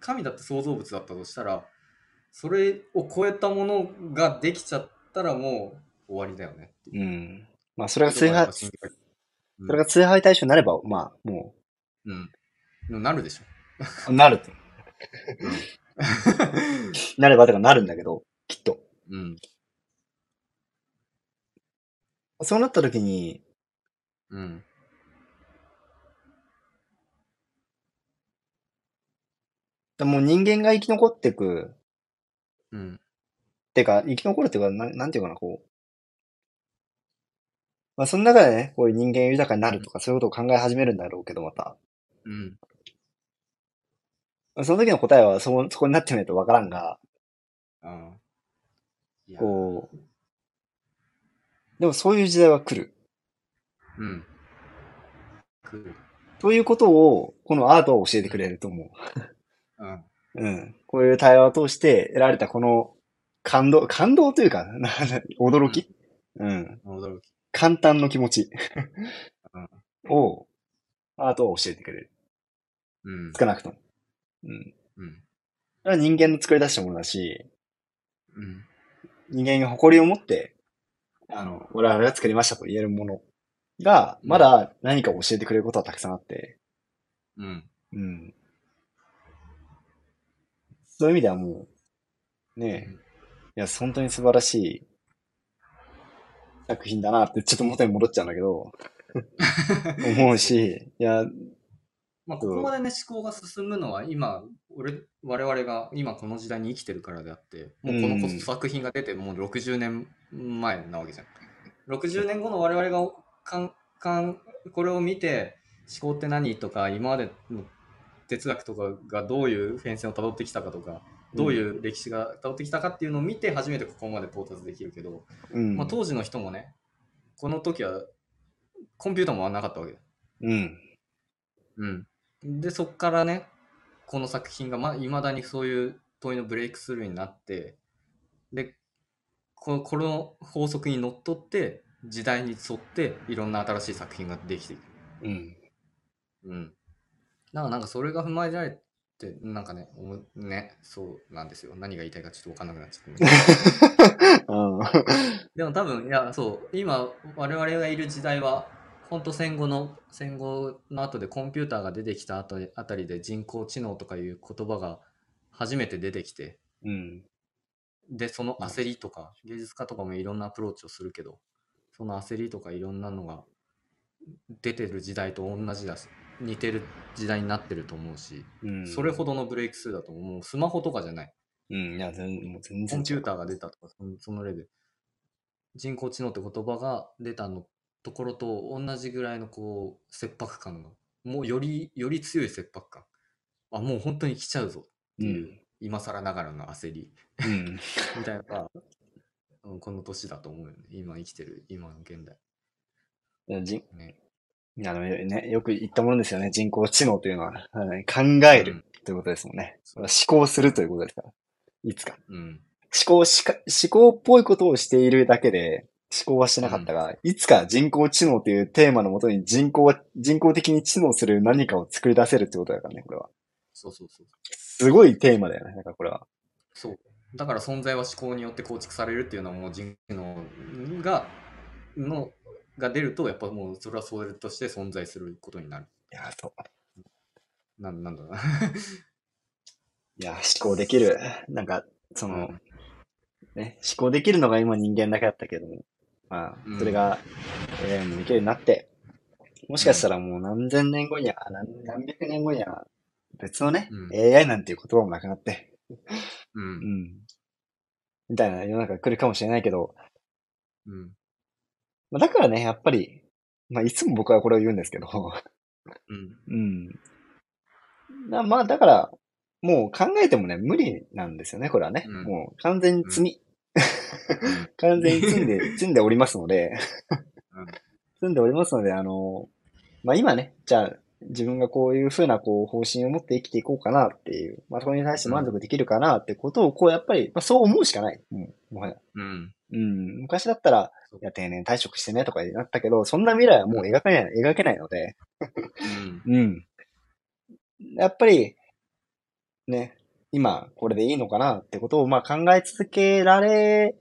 Speaker 2: 神だって創造物だったとしたら、それを超えたものができちゃったらもう終わりだよねっていう。
Speaker 1: うん、まあそれが崇拝、そ
Speaker 2: うん
Speaker 1: れが崇拝対象になれば、まあも
Speaker 2: うん。なるでしょ。
Speaker 1: う、なると、 なればとかなるんだけど、きっと。
Speaker 2: うん。
Speaker 1: そうなった時に、
Speaker 2: うん。
Speaker 1: もう人間が生き残っていく、
Speaker 2: うん。
Speaker 1: てか、生き残るっていうか、なんなんていうかな、こう。まあその中でね、こういう人間豊かになるとか、そういうことを考え始めるんだろうけど、また。
Speaker 2: うん。
Speaker 1: その時の答えは、そこ、そこになってみないとわからんが、
Speaker 2: あーいや
Speaker 1: こう、でもそういう時代は来る。
Speaker 2: うん。来る。
Speaker 1: ということを、このアートは教えてくれると思
Speaker 2: うん。
Speaker 1: う。うん。こういう対話を通して得られたこの感動、感動というか、 なな驚き、うん。
Speaker 2: 驚き。
Speaker 1: 簡単の気持ち
Speaker 2: うん
Speaker 1: を、アートは教えてくれる。
Speaker 2: うん
Speaker 1: 少なくとも。うん。
Speaker 2: うん。
Speaker 1: それは人間の作り出したものだし、
Speaker 2: うん。
Speaker 1: 人間が誇りを持って、あの、我々が作りましたと言えるものが、まだ何かを教えてくれることはたくさんあって、
Speaker 2: うん。
Speaker 1: うん。そういう意味ではもう、ねえ、いや、本当に素晴らしい作品だなって、ちょっと元に戻っちゃうんだけ ど、思うし、いや、
Speaker 2: まあ、ここまでね、思考が進むのは、今、俺、我々が今この時代に生きてるからであって、もうこ
Speaker 1: う
Speaker 2: の
Speaker 1: ん
Speaker 2: 作品が出て、もう60年前なわけじゃん。60年後の我々がかんかんこれを見て、思考って何とか、今までの哲学とかがどういう変遷をたどってきたかとか、どういう歴史がたどってきたかっていうのを見て、初めてここまで到達できるけど、
Speaker 1: うん、
Speaker 2: まあ、当時の人もね、この時はコンピューターもなかったわけだ。
Speaker 1: うん、
Speaker 2: うん、でそっからねこの作品がま未だにそういう問いのブレイクスルーになってでここの法則にのっとって時代に沿っていろんな新しい作品ができていく。
Speaker 1: うん、
Speaker 2: うん、だからなんかそれが踏まえられてなんかねおもねそうなんですよ何が言いたいかちょっと分かんなくなっちゃった。
Speaker 1: あ
Speaker 2: でも多分いやそう今我々がいる時代は本当戦後の戦後の後でコンピューターが出てきたあたりあたりで人工知能とかいう言葉が初めて出てきて
Speaker 1: うん、
Speaker 2: でその焦りとか芸術家とかもいろんなアプローチをするけどその焦りとかいろんなのが出てる時代と同じだし似てる時代になってると思うし
Speaker 1: うん。
Speaker 2: それほどのブレイクスルーだと思うもうスマホとかじゃない
Speaker 1: うん、いや、全もう全
Speaker 2: コ
Speaker 1: 然
Speaker 2: ンピ
Speaker 1: 違
Speaker 2: ュ
Speaker 1: う
Speaker 2: ーターが出たとか、そのそのレベル。人工知能って言葉が出たのところと同じぐらいのこう切迫感の、もうより、より強い切迫感。あ、もう本当に来ちゃうぞっていう、今更ながらの焦り
Speaker 1: うん、うん。
Speaker 2: みたいなのが、うん、この年だと思うよね。今生きてる、今の現代。
Speaker 1: いやじ
Speaker 2: ね
Speaker 1: いやでもね、よく言ったものですよね。人工知能というのは、はい考え
Speaker 2: う
Speaker 1: る
Speaker 2: ん
Speaker 1: ということですもんね。思考するということですから。いつか。
Speaker 2: うん。
Speaker 1: 思考しか、思考っぽいことをしているだけで、思考はしてなかったが、いつか人工知能というテーマのもとに人工は、人工的に知能する何かを作り出せるってことだからね、これは。
Speaker 2: そうそうそう。
Speaker 1: すごいテーマだよね、なんかこれは。
Speaker 2: そう。だから存在は思考によって構築されるっていうのはもう人知能が、の、が出ると、やっぱもうそれはそれとして存在することになる。
Speaker 1: いや、そう。
Speaker 2: なんなんだろうな。
Speaker 1: いや、思考できる。なんか、 その、
Speaker 2: うん
Speaker 1: ね、思考できるのが今人間だけだったけども、ま
Speaker 2: う
Speaker 1: あ、
Speaker 2: ん
Speaker 1: それが AI もできるようになって、もしかしたらもう何千年後には、何何百年後には、別のね、
Speaker 2: うん
Speaker 1: AI なんていう言葉もなくなって、
Speaker 2: う。
Speaker 1: うんん。みたいな世の中が来るかもしれないけど、
Speaker 2: うん。
Speaker 1: まあ、だからね、やっぱり、まあ、いつも僕はこれを言うんですけど、
Speaker 2: うん。
Speaker 1: うん。なまあ、だから、もう考えてもね、無理なんですよね、これはね。
Speaker 2: うん
Speaker 1: もう完全に積み、完全に積ん で、積んでおりますので、
Speaker 2: うん
Speaker 1: 積んでおりますので、あの、まあ今ね、じゃあ自分がこういうふうなこう方針を持って生きていこうかなっていう、まあそこに対して満足できるかなってことを、こうやっぱり、まあそう思うしかない。もうもはや
Speaker 2: うん。
Speaker 1: うん、昔だったら
Speaker 2: そう、
Speaker 1: いや、定年退職してねとかになったけど、そんな未来はもう描かない、描けないので、
Speaker 2: うん。
Speaker 1: うん。やっぱり、ね、今、これでいいのかなってことを、まあ考え続けられ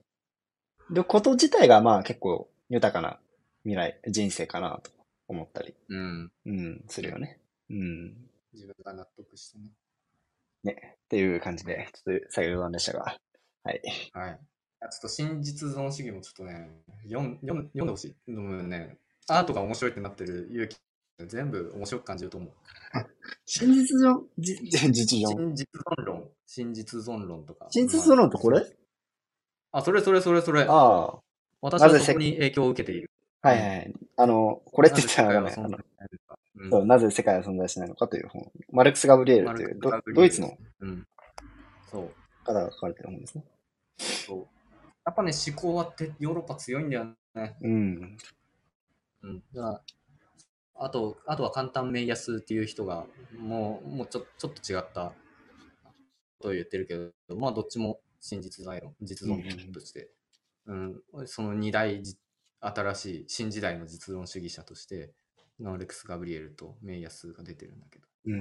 Speaker 1: ること自体が、まあ結構豊かな未来、人生かなと思ったり、
Speaker 2: うん。
Speaker 1: うん、するよね。うん。っ
Speaker 2: 自分が納得してね。
Speaker 1: ていう感じで、ちょっと最後談でしたが。はい。
Speaker 2: はい。あちょっと真実存主義もちょっとね、読ん読ん読んでほしい。でもね、アートが面白いってなってる勇気、全部面白く感じると思う。
Speaker 1: 真実上、じ、 実上。
Speaker 2: 真実存論。真実存論とか。
Speaker 1: 真実存論ってこれ
Speaker 2: あ、それそれそれそれ。
Speaker 1: あ
Speaker 2: 私
Speaker 1: な
Speaker 2: は
Speaker 1: ぜ
Speaker 2: そこに影響を受けている。
Speaker 1: あ。はいはい。あの、これって言ったらわかんない、あの
Speaker 2: う
Speaker 1: そう、
Speaker 2: ん
Speaker 1: なぜ世界は存在しないのかという本。マルクス・ガブリエルというドドイツの。
Speaker 2: うん。そう。
Speaker 1: 方が書かれてる本ですね。
Speaker 2: そう。やっぱね、思考はってヨーロッパ強いんだよね。
Speaker 1: うん。
Speaker 2: うん、だからあと、あとは簡単名安っていう人が、もう、もうちょちょっと違ったことを言ってるけど、まあ、どっちも真実在論、実存論として、うんその二大じ、新しい新時代の実論主義者として、ノーレックス・ガブリエルと名安が出てるんだけど、
Speaker 1: う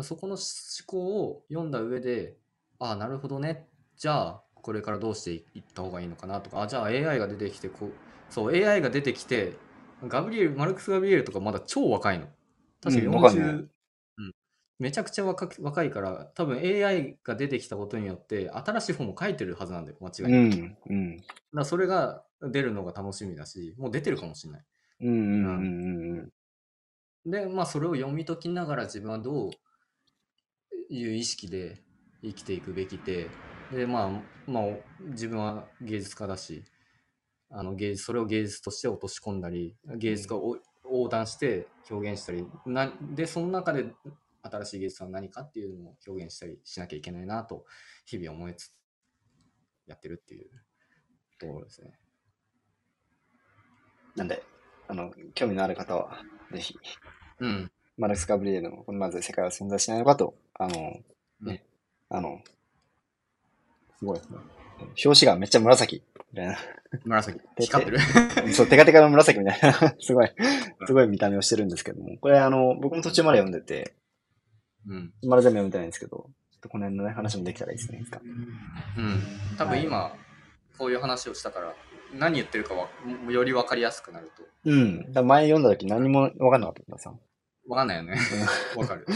Speaker 1: ん。
Speaker 2: そこの思考を読んだ上で、ああ、なるほどね。じゃあ、これからどうしていいった方がいいのかなとか、あじゃあ AI が出てきてこう、そう、AI が出てきて、ガブリエル、マルクス・ガブリエルとかまだ超若いの。確か
Speaker 1: うん若いね
Speaker 2: 40、うんめちゃくちゃ若く若いから、多分 AI が出てきたことによって、新しい本も書いてるはずなんだよ、間違いな
Speaker 1: う
Speaker 2: く。だか
Speaker 1: ん、うん。
Speaker 2: らそれが出るのが楽しみだし、もう出てるかもしれない。
Speaker 1: うん、うん、うん、うん。
Speaker 2: で、まあそれを読み解きながら自分はどういう意識で生きていくべきで、で、まあ、まあ自分は芸術家だし、あの芸術それを芸術として落とし込んだり、芸術家を横断して表現したり、なで、その中で新しい芸術は何かっていうのを表現したりしなきゃいけないなと、日々思いつつやってるっていうところですね。
Speaker 1: なんで、あの、興味のある方は、ぜひ、
Speaker 2: うん。
Speaker 1: マルクス・ガブリエルの、なぜ世界は存在しないのかと、あの、ね、あの、すごいですね。表紙がめっちゃ紫。みたい
Speaker 2: 紫、光ってる。
Speaker 1: な。 そう、テカテカの紫みたいな。 すごい、すごい見た目をしてるんですけども。これ、あの、僕も途中まで読んでて、
Speaker 2: うん。
Speaker 1: まだ全部読めてないんですけど、ちょっとこの辺のね、話もできたらいいですね。いつか
Speaker 2: うん、多分今こういう話をしたから何言ってるかはもより分かりやすくなると
Speaker 1: うん。だから前読んだ時何も分かんなかった皆さん。
Speaker 2: 分かんないよね分かる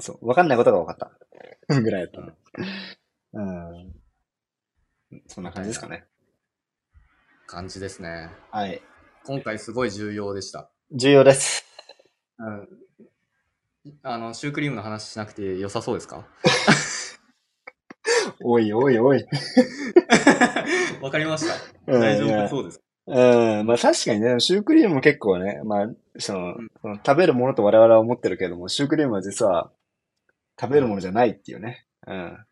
Speaker 1: そう、分かんないことが分かった。ぐらいだった。うん。そんな感じですかね。
Speaker 2: 感じですね
Speaker 1: はい。
Speaker 2: 今回すごい重要でした、
Speaker 1: 重要です。
Speaker 2: うん、あのシュークリームの話しなくて良さそうで すか
Speaker 1: おいおいおい。
Speaker 2: 分かりました
Speaker 1: うん
Speaker 2: 大丈
Speaker 1: いや
Speaker 2: 夫そうです
Speaker 1: うん。まあ確かにね、シュークリームも結構ね、まあ、その
Speaker 2: うん、
Speaker 1: その食べるものと我々は思ってるけども、シュークリームは実は食べるものじゃないっていうね。うん。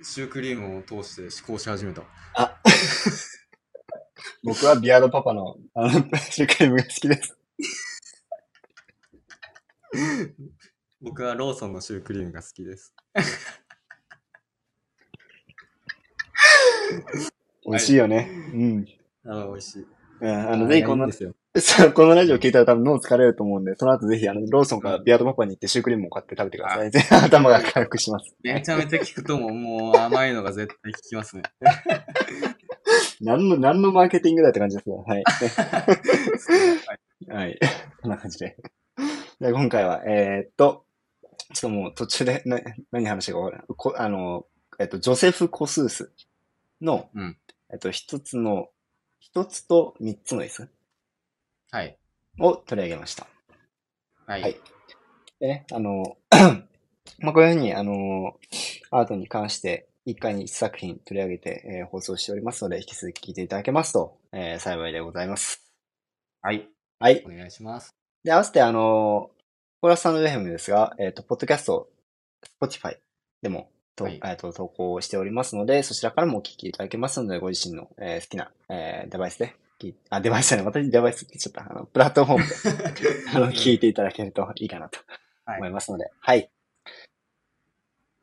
Speaker 2: シュークリームを通して思考し始めた
Speaker 1: 僕はビアードパパの、あの、 シュークリームが好きです。
Speaker 2: 僕はローソンのシュークリームが好きです
Speaker 1: 美味しいよね。うん。
Speaker 2: あの美味しい
Speaker 1: うん。あ
Speaker 2: あ
Speaker 1: の、ぜひこ
Speaker 2: いい
Speaker 1: の
Speaker 2: で、すよ
Speaker 1: そうこのラジオ聞いたら多分脳疲れると思うんで、その後ぜひあの、ローソンからビアードパパに行ってシュークリームを買って食べてください。全然頭が回復します。
Speaker 2: めちゃめちゃ聞くとももう甘いのが絶対効 きますね
Speaker 1: 何の、何のマーケティングだって感じですよ。 はい。はい。こんな感じで。で、今回は、えーっと、ちょっともう途中でな何話したか分からないこあの、えっと、ジョセフ・コスースの、
Speaker 2: うん
Speaker 1: えっと、一つの、一つと三つの椅子
Speaker 2: はい。
Speaker 1: を取り上げました。
Speaker 2: はい。
Speaker 1: はいでね、あの、 まあ、こういうふうに、あの、アートに関して、一回に一作品取り上げて、えー放送しておりますので、引き続き聞いていただけますと、えー幸いでございます。
Speaker 2: はい
Speaker 1: はい
Speaker 2: お。願いし ます。
Speaker 1: で、合わせて、あの、コーラスサンドウェヘムですが、えっ、と、ポッドキャスト、Spotify でも、と
Speaker 2: はい
Speaker 1: えっと投稿しておりますので、そちらからもお聞きいただけますので、ご自身の、えー好きな、えーデバイスで、聞いあ、デバイスじゃない、私デバイスって言っちゃった。あの、プラットフォームで、あの、聞いていただけるといいかなと
Speaker 2: はい
Speaker 1: 思いますので、はい。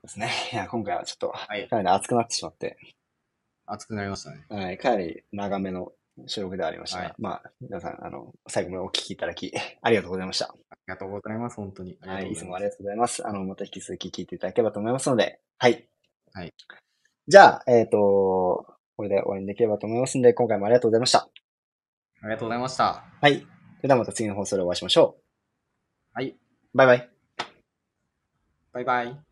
Speaker 1: ですね。いや、今回はちょっと、
Speaker 2: はい。
Speaker 1: かなり熱くなってしまって、
Speaker 2: 熱くなりましたね。
Speaker 1: はい、かなり長めの収録ではありましたが、
Speaker 2: はい
Speaker 1: まあ、皆さん、あの、最後までお聞きいただき、ありがとうございました。
Speaker 2: ありがとうございます。本当に。あ
Speaker 1: はい、い
Speaker 2: りが
Speaker 1: つ
Speaker 2: とう
Speaker 1: も
Speaker 2: ご
Speaker 1: あ
Speaker 2: ざ
Speaker 1: り
Speaker 2: い
Speaker 1: がとうございます。あの、また引き続き聞いていただければと思いますので、はい。
Speaker 2: はい。
Speaker 1: じゃあ、えっ、と、これで終わりにできればと思いますので、今回もありがとうございました。
Speaker 2: ます。ありがとうございました。
Speaker 1: はい。それではまた次の放送でお会いしましょ
Speaker 2: はい。
Speaker 1: う。バイバイ。
Speaker 2: バイバイ。